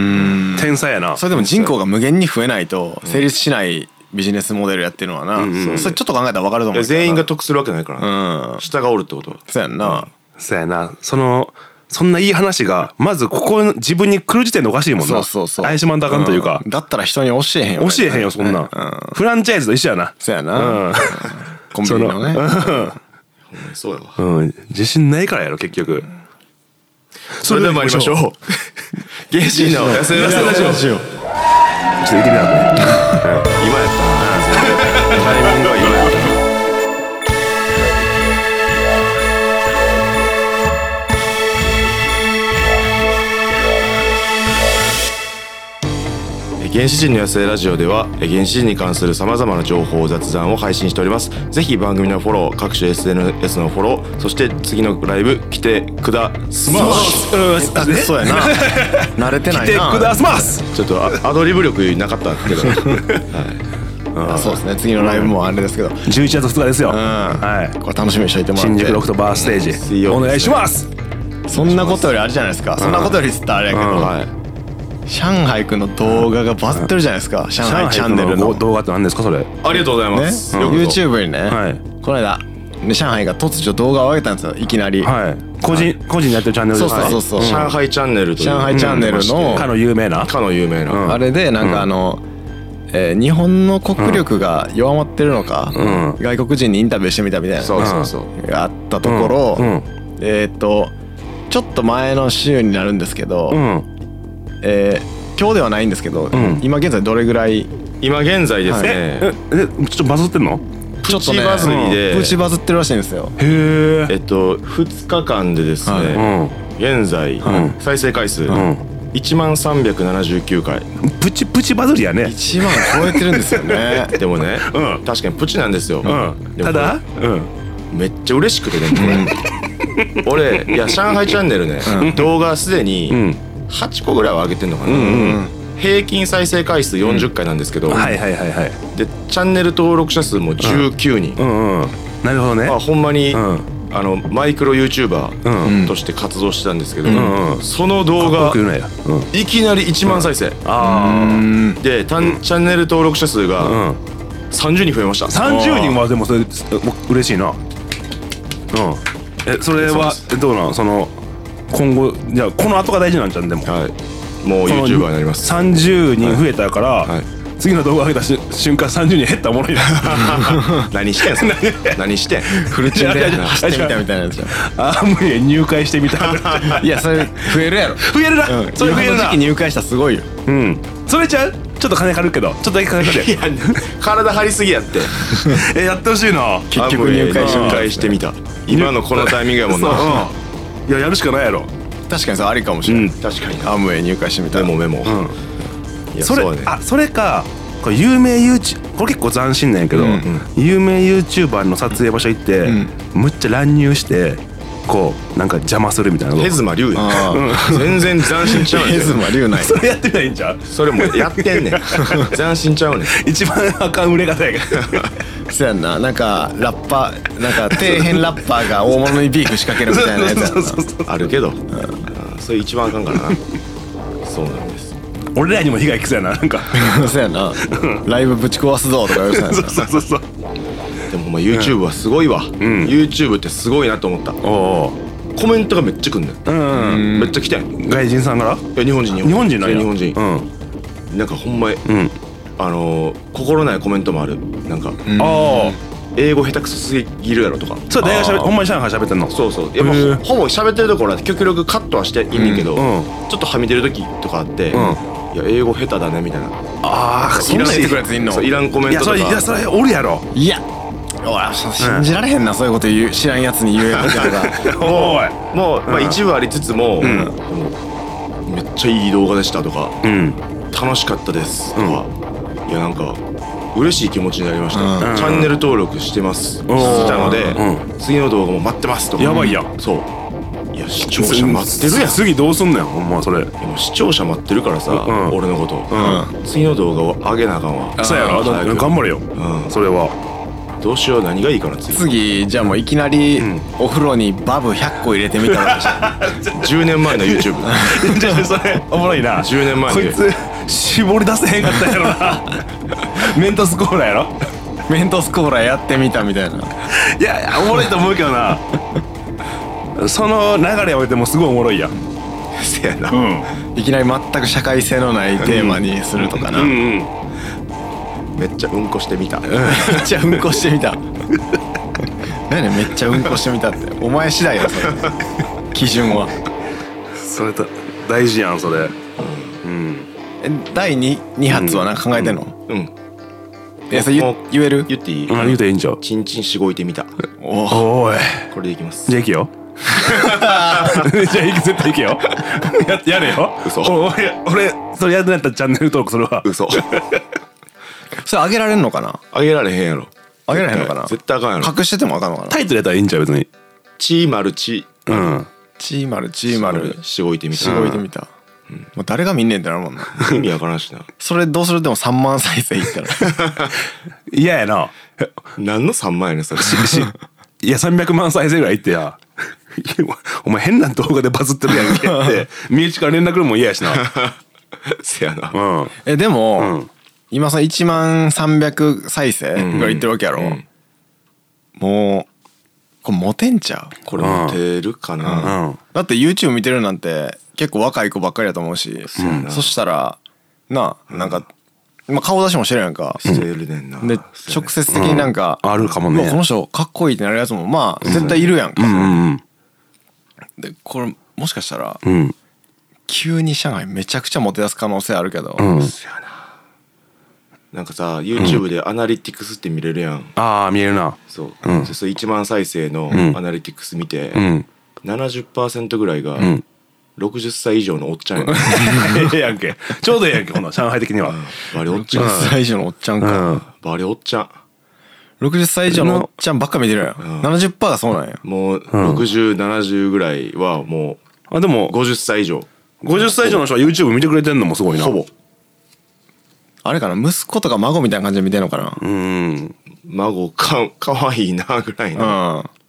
[SPEAKER 3] 天才やな
[SPEAKER 2] あ。それでも人口が無限に増えないと成立しないビジネスモデルやってるのはな、それちょっと考えたら分かると思うけどな
[SPEAKER 1] 全員が得するわけないからな、
[SPEAKER 2] うん
[SPEAKER 1] 下がおるってことは
[SPEAKER 2] そうやんな、
[SPEAKER 3] そうやな。その、そんないい話が、まずここの自分に来る時点でおかしいもんな。
[SPEAKER 2] そうそうそう
[SPEAKER 3] 怪しまんとあかんというか
[SPEAKER 2] ん。だったら人に教えへんよ
[SPEAKER 3] 教えへんよ、そんなん
[SPEAKER 2] う。
[SPEAKER 3] フランチャイズと一緒やな。
[SPEAKER 2] そうやな、
[SPEAKER 3] うん
[SPEAKER 2] コンビニのね
[SPEAKER 1] ほんまにそうやわ、
[SPEAKER 3] うん。自信ないからやろ、結局。
[SPEAKER 1] それでは参りましょう 原始の野生ラジオ今やっ
[SPEAKER 3] ちょっと行ってみたかったね。
[SPEAKER 1] たなタイミングは今やったなえ ー原始人の野生ラジオではえー原始人に関するさまざまな情報雑談を配信しておりますぜひ番組のフォロー各種 SNS のフォローそして次のライブ来てくだすま
[SPEAKER 3] うんあね
[SPEAKER 2] そうやな慣れてないな
[SPEAKER 3] 来てくださいます
[SPEAKER 1] ちょっとアアドリブ力なかったけ ど
[SPEAKER 2] あそうですね次のライブもあれですけど、うん、
[SPEAKER 3] 11月2日ですよ。はい。
[SPEAKER 2] これ楽しみにしといてもらって
[SPEAKER 3] 新宿ロフトバーステ
[SPEAKER 1] 水
[SPEAKER 3] ージ。
[SPEAKER 1] 曜
[SPEAKER 3] お
[SPEAKER 1] 日ですね
[SPEAKER 3] 願いします
[SPEAKER 2] そんなことよりあれじゃないですかそんなことよりっつったらあれやけど、
[SPEAKER 1] はい
[SPEAKER 2] 上海くんの動画がバズってるじゃないですか上海チャンネルの
[SPEAKER 3] ご動画って何ですかそれ
[SPEAKER 1] ありがとうござい
[SPEAKER 2] ね
[SPEAKER 1] ます。よくぞ
[SPEAKER 2] YouTube にね、
[SPEAKER 3] はい
[SPEAKER 2] この間ね上海が突如動画を上げたんですよいきなり、
[SPEAKER 3] はい個人個人でやってるチャンネル
[SPEAKER 2] そ
[SPEAKER 3] で
[SPEAKER 2] うそ
[SPEAKER 3] す
[SPEAKER 2] う
[SPEAKER 3] か
[SPEAKER 2] そうそう、
[SPEAKER 1] 上海チャンネルという
[SPEAKER 2] 上海チャンネルの
[SPEAKER 3] かの有名な
[SPEAKER 1] かの有名な、
[SPEAKER 3] うん
[SPEAKER 2] あれでなんかあの、えー日本の国力が弱まってるのか、
[SPEAKER 3] ん
[SPEAKER 2] 外国人にインタビューしてみたみたいな
[SPEAKER 1] そうそうそう、
[SPEAKER 2] があったところ、
[SPEAKER 3] うんうん
[SPEAKER 2] えーっとちょっと前の週になるんですけど、
[SPEAKER 3] うん
[SPEAKER 2] えー今日ではないんですけど、
[SPEAKER 3] ん
[SPEAKER 2] 今現在どれぐらい
[SPEAKER 1] 今現在ですね、
[SPEAKER 3] えええちょっとバズってんの
[SPEAKER 2] ちょっとね
[SPEAKER 1] プチバズりで
[SPEAKER 2] うんプチバズってるらしいんですよ
[SPEAKER 3] へえ
[SPEAKER 1] えっと2日間でですね、
[SPEAKER 3] うん
[SPEAKER 1] 現在、
[SPEAKER 3] う
[SPEAKER 1] 再生回数、
[SPEAKER 3] ん
[SPEAKER 1] 1万379回
[SPEAKER 3] プチプチバズりやね
[SPEAKER 2] 1万超えてるんですよ ね
[SPEAKER 1] でもね、
[SPEAKER 3] うん
[SPEAKER 1] 確かにプチなんですよ、
[SPEAKER 3] うん
[SPEAKER 1] でも
[SPEAKER 3] ただうん
[SPEAKER 1] めっちゃ嬉しくてねこれ俺いや上海チャンネルね、動画すで
[SPEAKER 3] う
[SPEAKER 1] に
[SPEAKER 3] ん
[SPEAKER 1] 8個ぐらいは上げてんのかな、平均再生回数40回なんですけど、
[SPEAKER 3] はいはいはいはい
[SPEAKER 1] でチャンネル登録者数も19人、
[SPEAKER 3] うんうんなるほどね
[SPEAKER 1] まあ、ほんまに、
[SPEAKER 3] うん
[SPEAKER 1] あのマイクロ YouTuber として活動してたんですけど、
[SPEAKER 3] んうん
[SPEAKER 1] その動画
[SPEAKER 3] かっこよく言うなやうん
[SPEAKER 1] いきなり1万再生、
[SPEAKER 3] あ
[SPEAKER 1] でたんチャンネル登録者数
[SPEAKER 3] あ
[SPEAKER 1] が
[SPEAKER 3] うん
[SPEAKER 1] 30人増えました
[SPEAKER 3] 30人はでもそれう嬉しいなうんえそれは
[SPEAKER 1] そう
[SPEAKER 3] どうなのその今後じゃあこの後が大事なんじゃんでも
[SPEAKER 1] はいもう
[SPEAKER 3] その
[SPEAKER 1] YouTuber になります
[SPEAKER 3] 30人増えたから、
[SPEAKER 1] はい
[SPEAKER 3] 次の動画上げたし瞬間30人減ったらお もろいな
[SPEAKER 1] 何してんすか 何してん
[SPEAKER 2] フルチン
[SPEAKER 3] いや
[SPEAKER 2] で
[SPEAKER 3] いやいや
[SPEAKER 2] 走ってみたみたいなやつじゃん
[SPEAKER 3] あー無理や入会してみた
[SPEAKER 2] いやそれ増えるやろ
[SPEAKER 3] 増えるな、
[SPEAKER 2] うん
[SPEAKER 3] それ増える
[SPEAKER 2] 今の時
[SPEAKER 3] な
[SPEAKER 2] 期入会したらすごいよ
[SPEAKER 3] うんそれじゃうちょっと金借りるけどちょっとだけ金借り
[SPEAKER 1] い
[SPEAKER 3] る
[SPEAKER 1] や 体張りすぎやって
[SPEAKER 3] えやってほしいな
[SPEAKER 2] 結局入会し
[SPEAKER 1] あ
[SPEAKER 2] てみた
[SPEAKER 1] もう入会してみた今のこのタイミングやもん
[SPEAKER 3] そう
[SPEAKER 1] な
[SPEAKER 3] うんいややるしかないやろ
[SPEAKER 2] 確かにさありかもしれない、
[SPEAKER 3] うん
[SPEAKER 1] 確かにな
[SPEAKER 2] アムウェイ入会してみた
[SPEAKER 1] メ
[SPEAKER 2] ら
[SPEAKER 1] モメモ
[SPEAKER 3] うん
[SPEAKER 1] いや
[SPEAKER 3] それ
[SPEAKER 1] そうね
[SPEAKER 3] あそれかこれ有名 YouTube これ結構斬新なんやけど、
[SPEAKER 2] うんう
[SPEAKER 3] 有名 YouTuber の撮影場所行って、
[SPEAKER 2] ん
[SPEAKER 3] むっちゃ乱入してこうなんか邪魔するみたいなこと
[SPEAKER 1] ヘズマ龍や
[SPEAKER 2] あ
[SPEAKER 1] 全然斬新ちゃう ねん
[SPEAKER 2] ヘズマリュウナイ
[SPEAKER 3] それやってないんちゃう
[SPEAKER 1] それもやって んねん斬新ちゃうねん
[SPEAKER 3] 一番あかん売れ方やけど
[SPEAKER 2] そうやんななんかラッパーなんか底辺ラッパーが大物にビーク仕掛けるみたいなやつやん
[SPEAKER 3] そう
[SPEAKER 2] な
[SPEAKER 3] そうそう
[SPEAKER 1] あるけど、あそれ一番あかんからなそうなんです
[SPEAKER 3] 俺らにも被害きそうやななんか
[SPEAKER 2] そうやんなライブぶち壊すぞとか言われてたやん
[SPEAKER 3] そうそうそうそう
[SPEAKER 1] でもまあ YouTube はすごいわ、YouTube ってすごいなと思った
[SPEAKER 3] おお
[SPEAKER 1] コメントがめっちゃくんねん、
[SPEAKER 3] うん、
[SPEAKER 1] めっちゃ来てんい
[SPEAKER 3] 外人さんから
[SPEAKER 1] や日本人
[SPEAKER 3] 日本人なんや
[SPEAKER 1] 日本人、
[SPEAKER 3] うん
[SPEAKER 1] なんかほんま、
[SPEAKER 3] うん
[SPEAKER 1] あのー心ないコメントもあるなんか、
[SPEAKER 3] ああ
[SPEAKER 1] 英語下手くそすぎるやろとか
[SPEAKER 3] それ大学しゃべほんまに上海しゃべってんの
[SPEAKER 1] そうそうやっぱ
[SPEAKER 3] へー
[SPEAKER 1] ほほぼ喋ってるところは極力カットはしていいねんけど、
[SPEAKER 3] うんうん
[SPEAKER 1] ちょっとはみ出る時とかあって、いや英語下手だねみたいな
[SPEAKER 3] ああ
[SPEAKER 2] そんなん言ってくるやついんの
[SPEAKER 1] そういらんコメ
[SPEAKER 3] い
[SPEAKER 1] ント
[SPEAKER 3] や
[SPEAKER 1] と
[SPEAKER 3] そ
[SPEAKER 1] か
[SPEAKER 3] れいやそれおるやろ
[SPEAKER 2] いやおいそ信じられへんなそういうこと言う知らんやつに言えること が
[SPEAKER 3] おい
[SPEAKER 1] もう、まあ、一部ありつつも、でもめっちゃいい動画でしたとか
[SPEAKER 3] うん
[SPEAKER 1] 楽しかったですとか、いやなんか嬉しい気持ちになりました、
[SPEAKER 3] うん
[SPEAKER 1] チャンネル登録してますしてた
[SPEAKER 3] ー
[SPEAKER 1] ので、
[SPEAKER 3] う
[SPEAKER 1] 次の動画も待ってますとか
[SPEAKER 3] やばいやん
[SPEAKER 1] そういや視聴者待ってるやんい
[SPEAKER 3] 次どうすんねんほんまそれ
[SPEAKER 1] やもう視聴者待ってるからさ、
[SPEAKER 3] うん
[SPEAKER 1] 俺のこと、
[SPEAKER 3] う
[SPEAKER 1] 次の動画を上げなあかんわ
[SPEAKER 3] そうやろ
[SPEAKER 1] 早く
[SPEAKER 3] 頑張れよ
[SPEAKER 1] うん
[SPEAKER 3] それは
[SPEAKER 1] どうしよう何がいいかな次
[SPEAKER 2] 次じゃあもういきなり
[SPEAKER 3] ん
[SPEAKER 2] お風呂にバブ100個入れてみたらしい
[SPEAKER 1] 10年前の YouTube
[SPEAKER 3] じゃあそれおもろいな
[SPEAKER 1] 10年前
[SPEAKER 3] こ
[SPEAKER 1] に
[SPEAKER 3] いつ絞り出せへんかったやろな メントスコーラやろ
[SPEAKER 2] メントスコーラやってみたみたいない
[SPEAKER 3] やいやおもろいと思うけどなその流れを見てもすごいおもろいやん
[SPEAKER 1] せやな、
[SPEAKER 3] うん
[SPEAKER 2] いきなり全く社会性のないテーマにするとかな、
[SPEAKER 3] う
[SPEAKER 2] めっ
[SPEAKER 3] んうん
[SPEAKER 1] めっちゃうんこしてみた
[SPEAKER 2] ちゃうんこしてみた何やねんめっちゃうんこしてみたってお前次第よそれ基準は
[SPEAKER 3] それだ大事やんそれ
[SPEAKER 2] え第 2, 二発はなんか考えてんの、
[SPEAKER 1] うん
[SPEAKER 2] えそれ言
[SPEAKER 1] もう
[SPEAKER 2] 言える
[SPEAKER 1] 言っていい、
[SPEAKER 3] 何言うていいんじゃう
[SPEAKER 1] ちんちんしごいてみた
[SPEAKER 2] おー
[SPEAKER 3] おい
[SPEAKER 1] これでいきます
[SPEAKER 3] じゃあ行けよじゃあ行け絶対行けよややれよ
[SPEAKER 1] 嘘
[SPEAKER 3] お俺俺それやるんやったらチャンネル登録するわ
[SPEAKER 1] 嘘
[SPEAKER 2] それあげられんのかな
[SPEAKER 1] あげられへんやろ
[SPEAKER 2] あげられへんのかな
[SPEAKER 1] 絶対あかんやろ
[SPEAKER 2] 隠しててもあかんのかな
[SPEAKER 3] タイトルやったらいいんちゃう別に
[SPEAKER 1] チーマルチ
[SPEAKER 3] うん
[SPEAKER 2] チーマルチーマル
[SPEAKER 1] しごいてみた
[SPEAKER 2] しごいてみた、もう誰が見んねんってなるもんな
[SPEAKER 1] 意味わからんしな
[SPEAKER 2] それどうするでも3万再生いったら
[SPEAKER 3] 嫌ややな
[SPEAKER 1] 何の3万やねん それ
[SPEAKER 3] いや300万再生ぐらいいってや お前変な動画でバズってるやんけって身内から連絡来るもん嫌やしな
[SPEAKER 1] せやな。
[SPEAKER 3] うん。
[SPEAKER 2] えで
[SPEAKER 3] う
[SPEAKER 2] も、
[SPEAKER 3] ん
[SPEAKER 2] 今その1万300再生ぐらいいってるわけやろ、
[SPEAKER 1] うん
[SPEAKER 2] もうこれモテんちゃう
[SPEAKER 1] これモテるか
[SPEAKER 3] う
[SPEAKER 1] な。
[SPEAKER 3] ん。
[SPEAKER 2] だって YouTube 見てるなんて結構若い子ばっかりだと思うし、
[SPEAKER 1] うやな
[SPEAKER 2] そしたらなあなんか、まあ、顔出しもしてるやんか、
[SPEAKER 1] してるねんな。
[SPEAKER 2] で
[SPEAKER 1] そうやね
[SPEAKER 2] 直接的になんか、
[SPEAKER 3] うんあるかもね
[SPEAKER 2] うわこの人かっこいいってなるやつもまあ絶対いるやんか、
[SPEAKER 3] うん
[SPEAKER 2] でこれもしかしたら
[SPEAKER 3] うん。うん。
[SPEAKER 2] 急に上海めちゃくちゃモテ出す可能性あるけど、
[SPEAKER 3] うん。
[SPEAKER 1] なんかさ YouTube でアナリティクスって見れるやん。
[SPEAKER 3] ああ、見える な。
[SPEAKER 1] そう
[SPEAKER 3] うん
[SPEAKER 1] そうそう1万再生の
[SPEAKER 3] ん
[SPEAKER 1] アナリティクス見て、
[SPEAKER 3] うん。
[SPEAKER 1] 70%ぐらいが
[SPEAKER 3] ん
[SPEAKER 1] 60歳以上のおっちゃん やね、
[SPEAKER 3] ええやんけ。ちょうどええやんけ、ほな、上海的には。
[SPEAKER 1] バリおっちゃん
[SPEAKER 2] 60歳以上のおっちゃん
[SPEAKER 3] う
[SPEAKER 2] か、
[SPEAKER 3] ん。
[SPEAKER 1] バリおっちゃん
[SPEAKER 2] 60歳以上のおっちゃんばっか見てるやん、70%がそうなんや
[SPEAKER 1] もう6070ぐらいはも
[SPEAKER 3] あ、で
[SPEAKER 1] う
[SPEAKER 3] も、
[SPEAKER 1] 50歳以上
[SPEAKER 3] 50歳以上の人は YouTube 見てくれてんのもすごいな。
[SPEAKER 1] ほぼ
[SPEAKER 2] あれかな息子とか孫みたいな感じで見てんのかな
[SPEAKER 3] うん。
[SPEAKER 1] 孫かかわいいなぐらいの、
[SPEAKER 2] うん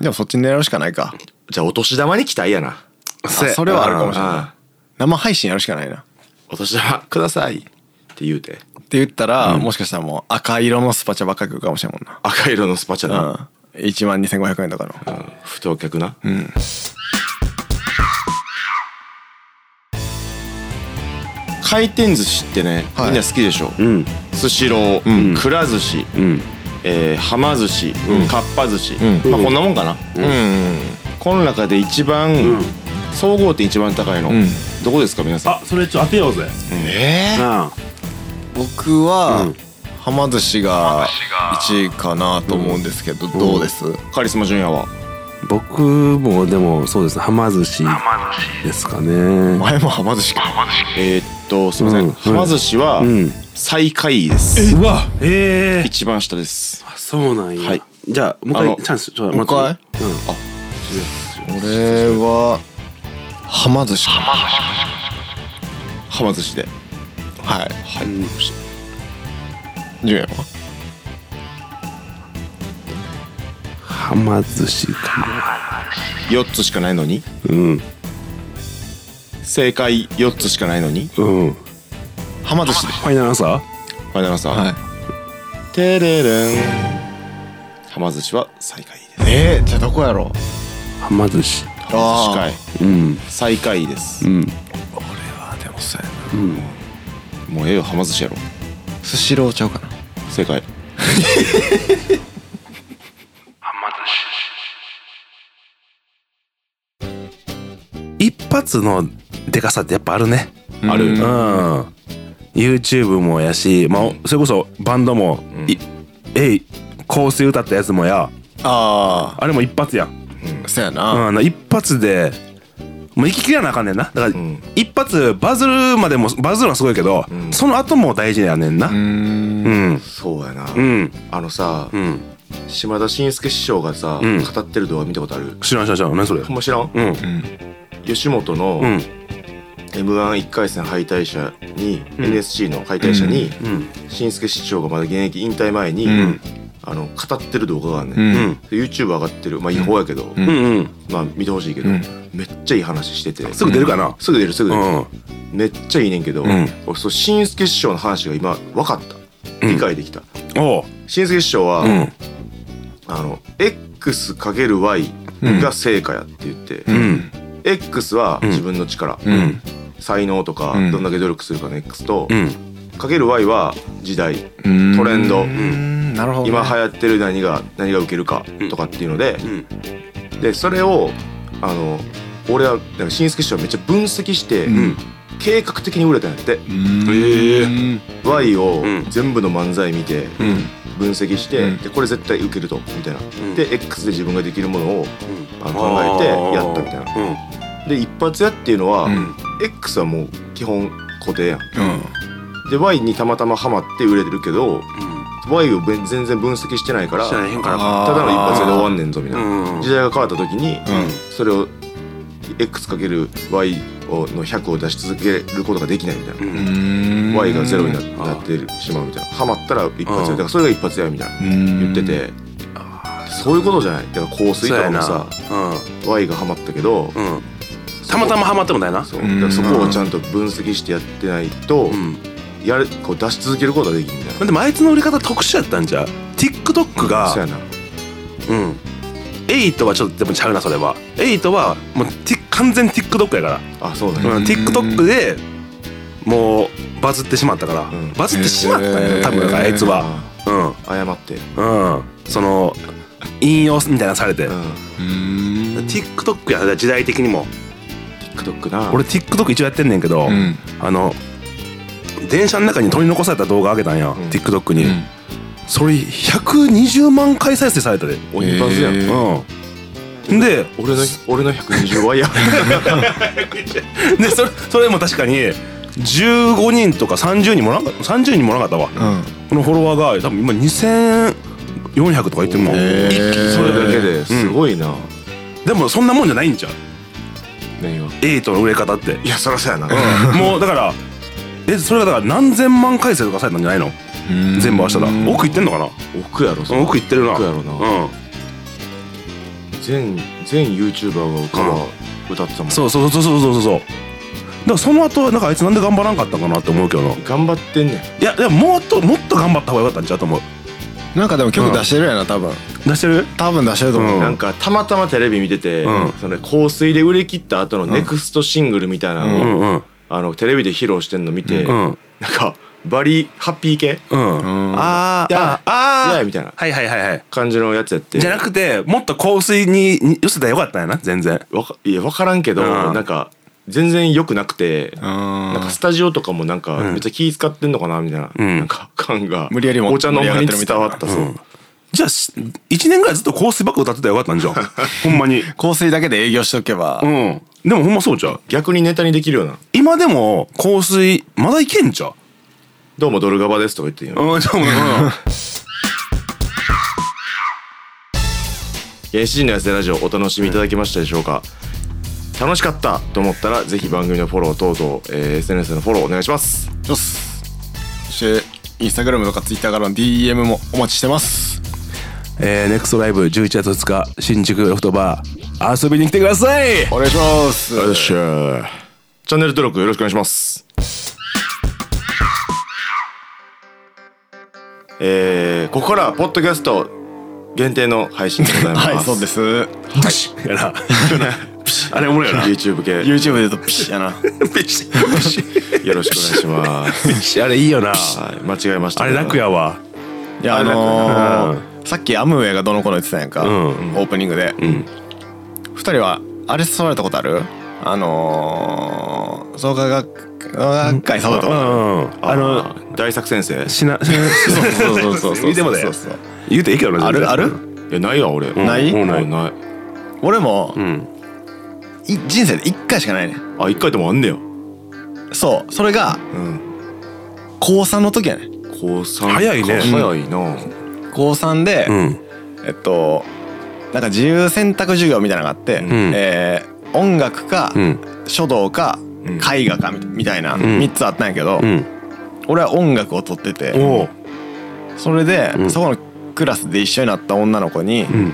[SPEAKER 2] でもそっち狙うしかないか
[SPEAKER 1] じゃあお年玉に期待やな
[SPEAKER 2] あそれはあるかもしれない
[SPEAKER 1] ああ
[SPEAKER 2] 生配信やるしかないな
[SPEAKER 1] お年玉くださいって言うて
[SPEAKER 2] って言ったら、もしかしたらもう赤色のスパチャばっかり来るかもしれんもんな
[SPEAKER 1] 赤色のスパチャな、
[SPEAKER 2] うん1万2500円とかの
[SPEAKER 1] 不当客な、回転寿司ってね、
[SPEAKER 2] はい
[SPEAKER 1] みんな好きでしょ
[SPEAKER 3] うん。
[SPEAKER 1] スシロ
[SPEAKER 2] う
[SPEAKER 1] ーくら寿司、
[SPEAKER 3] うん。
[SPEAKER 1] えーはま寿司かっぱ寿司、
[SPEAKER 2] うん
[SPEAKER 1] まあこんなもんかな、
[SPEAKER 2] うん、
[SPEAKER 1] この中で一番、総合点一番高いの、
[SPEAKER 2] ん
[SPEAKER 1] どこですか皆さん
[SPEAKER 3] あ、それちょっと当てようぜ。
[SPEAKER 2] えー
[SPEAKER 3] なあ。
[SPEAKER 2] 僕は、
[SPEAKER 3] うん
[SPEAKER 2] はま寿司が1位かなと思うんですけど、どうです、
[SPEAKER 1] カリスマ純也は
[SPEAKER 4] 僕もでもそうですねはま寿司ですかね
[SPEAKER 2] 前もはま寿司か
[SPEAKER 1] えーっとすいません、
[SPEAKER 4] うん
[SPEAKER 1] はま寿司は
[SPEAKER 4] ん
[SPEAKER 1] 最下位です、
[SPEAKER 3] うわええ。
[SPEAKER 1] 一番下です
[SPEAKER 4] あそうなんや、
[SPEAKER 1] はい
[SPEAKER 4] じゃあもう一
[SPEAKER 1] あの
[SPEAKER 4] 回チャンスちょっと
[SPEAKER 2] もう一
[SPEAKER 4] 待っ
[SPEAKER 2] 回
[SPEAKER 4] て
[SPEAKER 2] 俺ははま寿司かな
[SPEAKER 1] はま寿司で
[SPEAKER 2] は
[SPEAKER 1] はい、
[SPEAKER 2] い10円は
[SPEAKER 4] はま寿司か
[SPEAKER 1] 4つしかないのに
[SPEAKER 4] うん
[SPEAKER 1] 正解4つしかないのに
[SPEAKER 4] うんフ
[SPEAKER 2] はま寿司で
[SPEAKER 4] ァイナルアンサー
[SPEAKER 1] ファイナルアンサー、
[SPEAKER 2] はい
[SPEAKER 1] テレレンはま寿司は最下位です
[SPEAKER 2] えー、じゃあどこやろう
[SPEAKER 4] はま寿司
[SPEAKER 1] はま寿司かい
[SPEAKER 4] うん
[SPEAKER 1] 最下位です
[SPEAKER 4] う、ん
[SPEAKER 2] あでもそうやな
[SPEAKER 4] うん
[SPEAKER 1] もうええよはま寿司やろ
[SPEAKER 2] スシローちゃうかな
[SPEAKER 1] 正解
[SPEAKER 3] 一発のでかさってやっぱあるね。
[SPEAKER 1] ある
[SPEAKER 3] う。
[SPEAKER 1] うん
[SPEAKER 3] YouTube もやし、まあそれこそバンドも、いえい、香水歌ったやつもや、
[SPEAKER 2] あ
[SPEAKER 3] あれも一発やん。
[SPEAKER 2] あそうやな、
[SPEAKER 3] うん、一発でもう行ききらなあかんねんなだから、
[SPEAKER 1] ん
[SPEAKER 3] 一発バズるまでもバズるのはすごいけど、
[SPEAKER 1] ん
[SPEAKER 3] その後も大事やねんなうんうん
[SPEAKER 1] そうやな、
[SPEAKER 3] うん、
[SPEAKER 1] あのさ、島田紳介師匠がさ、
[SPEAKER 3] うん
[SPEAKER 1] 語ってる動画見たことある
[SPEAKER 3] 知らん知らん知らん何それ
[SPEAKER 1] ほんま知らん
[SPEAKER 3] うんうん
[SPEAKER 1] 吉本の
[SPEAKER 3] うん
[SPEAKER 1] m 1 1回戦敗退者に、NSC の敗退者に
[SPEAKER 3] うん
[SPEAKER 1] 紳介、師匠がまだ現役引退前に、
[SPEAKER 3] ん
[SPEAKER 1] あの語ってる動画があんね、
[SPEAKER 2] う
[SPEAKER 1] ん、
[SPEAKER 2] ん
[SPEAKER 3] うん
[SPEAKER 1] YouTube 上がってるまあ違法やけど、
[SPEAKER 2] ん
[SPEAKER 3] うんうん
[SPEAKER 1] まあ見てほしいけど、
[SPEAKER 2] うん
[SPEAKER 1] めっちゃいい話してて
[SPEAKER 3] すぐ出るかな
[SPEAKER 1] すぐ出るすぐ
[SPEAKER 3] う
[SPEAKER 1] 出る、
[SPEAKER 3] んうん
[SPEAKER 1] めっちゃいいねんけど、
[SPEAKER 3] ん
[SPEAKER 1] 俺そう紳介師匠の話が今分かった理解できた
[SPEAKER 3] おう
[SPEAKER 1] 紳介、師匠は、
[SPEAKER 3] うん
[SPEAKER 1] あの X×Y が成果やって言って、
[SPEAKER 3] うん、
[SPEAKER 1] X は自分の力、
[SPEAKER 2] ん
[SPEAKER 1] 才能とか、
[SPEAKER 2] うん
[SPEAKER 1] どんだけ努力するかの X と、
[SPEAKER 3] うん、
[SPEAKER 1] かける ×Y は時代
[SPEAKER 2] うん
[SPEAKER 1] トレンド
[SPEAKER 2] うんなるほどね、
[SPEAKER 1] 今流行ってる何が何が受けるかとかっていうので、でそれをあの俺はなんか紳助師匠はめっちゃ分析して、
[SPEAKER 2] ん
[SPEAKER 1] 計画的に売れたんやって、
[SPEAKER 2] ええ
[SPEAKER 1] Y を
[SPEAKER 3] ん
[SPEAKER 1] 全部の漫才見て
[SPEAKER 3] ん
[SPEAKER 1] 分析して、
[SPEAKER 2] うん
[SPEAKER 1] でこれ絶対受けるとみたいな、
[SPEAKER 3] ん
[SPEAKER 1] で X で自分ができるものを、あの
[SPEAKER 3] あー
[SPEAKER 1] 考えてやったみたいな。で一発屋っていうのは、X はもう基本固定やんで Y にたまたまハマって売れてるけど、Y をべん全然分析してないから
[SPEAKER 4] 知ら
[SPEAKER 1] た
[SPEAKER 4] へんからか
[SPEAKER 2] あー
[SPEAKER 1] だの一発屋で終わんねんぞみたいな、
[SPEAKER 4] うん
[SPEAKER 1] 時代が変わった時に、
[SPEAKER 2] ん
[SPEAKER 1] それを X×Y をの100を出し続けることができないみたいな、
[SPEAKER 2] うん
[SPEAKER 1] Y が0にな
[SPEAKER 4] あー
[SPEAKER 1] なってしまうみたいなハマったら一発屋だからそれが一発屋みたいな言
[SPEAKER 2] 言
[SPEAKER 1] ってて。そういうことじゃないだから香水とかもさ
[SPEAKER 4] うん
[SPEAKER 1] Y がハマったけど、
[SPEAKER 4] うん
[SPEAKER 3] たまたまハマってもだよな
[SPEAKER 1] そうだからそこをちゃんと分析してやってないと、やれこう出し続けることができんみたいな
[SPEAKER 3] でもあいつの売り方特殊やったんじゃ TikTok が
[SPEAKER 1] そうやな
[SPEAKER 3] うん8はちょっとでもちゃうなそれは8はもうティ完全 TikTok やか
[SPEAKER 1] あそうだ
[SPEAKER 3] ら、うん、
[SPEAKER 1] ね
[SPEAKER 3] TikTok でもうバズってしまったから、
[SPEAKER 1] ん
[SPEAKER 3] バズってしまったんや
[SPEAKER 2] へー
[SPEAKER 3] 多分だからあいつは
[SPEAKER 1] あ
[SPEAKER 3] う
[SPEAKER 1] ー謝って
[SPEAKER 3] んうんその引用みたいなのされて、
[SPEAKER 1] うん
[SPEAKER 3] TikTok や時代的にも
[SPEAKER 1] TikTok な
[SPEAKER 3] 俺 TikTok 一応やってんねんけど、
[SPEAKER 2] うん
[SPEAKER 3] あの電車の中に取り残された動画あげたんや、TikTok に、
[SPEAKER 2] うん
[SPEAKER 3] それ120万回再生されたで、
[SPEAKER 1] おいバズやん
[SPEAKER 2] えー
[SPEAKER 3] うんで
[SPEAKER 1] 俺の俺の120倍や
[SPEAKER 3] でそれそれも確かに15人とか30人もなか30人もなかったわ、
[SPEAKER 2] うん
[SPEAKER 3] このフォロワーが多分今2400とか言ってるもん、
[SPEAKER 2] へー
[SPEAKER 3] 一気に
[SPEAKER 1] そ
[SPEAKER 3] そ
[SPEAKER 1] れ
[SPEAKER 3] れ
[SPEAKER 1] だ
[SPEAKER 3] だ
[SPEAKER 1] け
[SPEAKER 3] け
[SPEAKER 1] ですごいな
[SPEAKER 3] でもそんなもんじゃないんじゃん
[SPEAKER 1] 何が
[SPEAKER 3] 8の売れ方って
[SPEAKER 1] いやそりゃそうやな
[SPEAKER 3] もうだからえそれがだから何千万回生とかされたんじゃないの全部明日だ奥行ってんのかな
[SPEAKER 1] 奥やろそれ
[SPEAKER 3] 奥行ってるな
[SPEAKER 1] 奥やろな
[SPEAKER 3] う
[SPEAKER 1] 全全 YouTuber がカバー歌ってたもん
[SPEAKER 3] ん、そうそうそうそうそうそうそうだからその後なんかあいつなんで頑張らんかったんかなって思うけどない
[SPEAKER 1] 頑張ってんねん
[SPEAKER 3] やでももっともっと頑張った方がよかったんちゃうと思う
[SPEAKER 2] なんかでも曲出してるやな多分
[SPEAKER 3] 出してる
[SPEAKER 2] 多分出してると思う、
[SPEAKER 3] うん
[SPEAKER 1] なんかたまたまテレビ見てて、
[SPEAKER 3] うん
[SPEAKER 1] その香水で売り切った後のネクストシングルみたいな
[SPEAKER 3] う
[SPEAKER 1] のを、
[SPEAKER 3] んうん
[SPEAKER 1] あのテレビで披露してんの見て、
[SPEAKER 3] うん
[SPEAKER 1] なんかバリハッピー系
[SPEAKER 3] うんあー
[SPEAKER 1] や
[SPEAKER 3] ああ
[SPEAKER 1] や
[SPEAKER 3] あ
[SPEAKER 1] やみたいな
[SPEAKER 3] はいはいはいはい
[SPEAKER 1] 感じのやつやって
[SPEAKER 3] じゃなくてもっと香水にに寄せたらよかったんやな全然
[SPEAKER 1] わかいや分からんけど、
[SPEAKER 3] うん
[SPEAKER 1] なんか全然良くなくて、
[SPEAKER 2] うん
[SPEAKER 1] なんかスタジオとかもなんか
[SPEAKER 3] ん
[SPEAKER 1] めっちゃ気使ってんのかなみたいな、
[SPEAKER 3] うん
[SPEAKER 1] なんか感が
[SPEAKER 2] 無理やりも
[SPEAKER 1] お茶の間に
[SPEAKER 2] 盛り上がっ
[SPEAKER 1] 伝わ
[SPEAKER 2] てるみたいな
[SPEAKER 1] ったそう、
[SPEAKER 3] うんじゃあし一年ぐらいずっと香水ばっか歌ってたらよかったんじ ゃんほんまに
[SPEAKER 2] 香水だけで営業しとけば、
[SPEAKER 3] うんでもほんまそうじゃう
[SPEAKER 1] 逆にネタにできるような
[SPEAKER 3] 今でも香水まだいけんじゃう
[SPEAKER 1] 「どうもドルガバです」とか言ってるよ
[SPEAKER 3] うんでもうん
[SPEAKER 1] 原始人のやつでラジオお楽しみいただけましたでしょうか、楽しかったと思ったらぜひ番組のフォロー等々、えー SNS のフォローお願いします
[SPEAKER 2] よしそしてインスタグラムとかツイッターからの DM もお待ちしてます
[SPEAKER 3] えー、ネクストライブ11月2日新宿ロフトバー遊びに来てください
[SPEAKER 2] お願いします
[SPEAKER 1] よっしゃチャンネル登録よろしくお願いしますえー、ここからはポッドキャスト限定の配信でございます
[SPEAKER 2] はいそうですす
[SPEAKER 3] や なあれおもろいよな
[SPEAKER 1] YouTube 系
[SPEAKER 2] YouTube で言うとピシッや な
[SPEAKER 1] よろしくお願いします
[SPEAKER 3] あれいいよな
[SPEAKER 1] はい間違えました
[SPEAKER 3] あれ楽
[SPEAKER 1] や
[SPEAKER 3] やわ
[SPEAKER 2] いやあのー さっきアムウェイがどの頃言ってたやんか、
[SPEAKER 3] ん
[SPEAKER 2] オープニングで、二人はあれ触られたことあるあのー創価学学会触られた
[SPEAKER 3] う
[SPEAKER 2] ことある
[SPEAKER 3] んあ
[SPEAKER 1] あ
[SPEAKER 3] の
[SPEAKER 1] の大作先生い
[SPEAKER 3] しなそう
[SPEAKER 2] そうそうそ うそう
[SPEAKER 3] でもね
[SPEAKER 2] そうそう
[SPEAKER 3] 言うていいけどな
[SPEAKER 2] あ
[SPEAKER 3] 全然
[SPEAKER 2] るある
[SPEAKER 1] やないわ俺
[SPEAKER 3] ん
[SPEAKER 2] ない
[SPEAKER 1] もうない
[SPEAKER 2] 俺も、
[SPEAKER 3] ん
[SPEAKER 2] い人生で一回しかないね
[SPEAKER 1] あ一回でもあんねや
[SPEAKER 2] そうそれが
[SPEAKER 1] うん
[SPEAKER 2] 高3の時やね
[SPEAKER 1] 高三か
[SPEAKER 3] 早いね
[SPEAKER 1] 早いな
[SPEAKER 2] 高3で、
[SPEAKER 3] うん
[SPEAKER 2] えっとなんか自由選択授業みたいなのがあって、
[SPEAKER 3] ん
[SPEAKER 2] えー音楽か、
[SPEAKER 3] うん
[SPEAKER 2] 書道か、絵画かみみたいな3つあったんやけど、
[SPEAKER 3] うん
[SPEAKER 2] 俺は音楽を取ってて
[SPEAKER 3] おう
[SPEAKER 2] それで、
[SPEAKER 3] ん
[SPEAKER 2] そこのクラスで一緒になった女の子に、
[SPEAKER 3] ん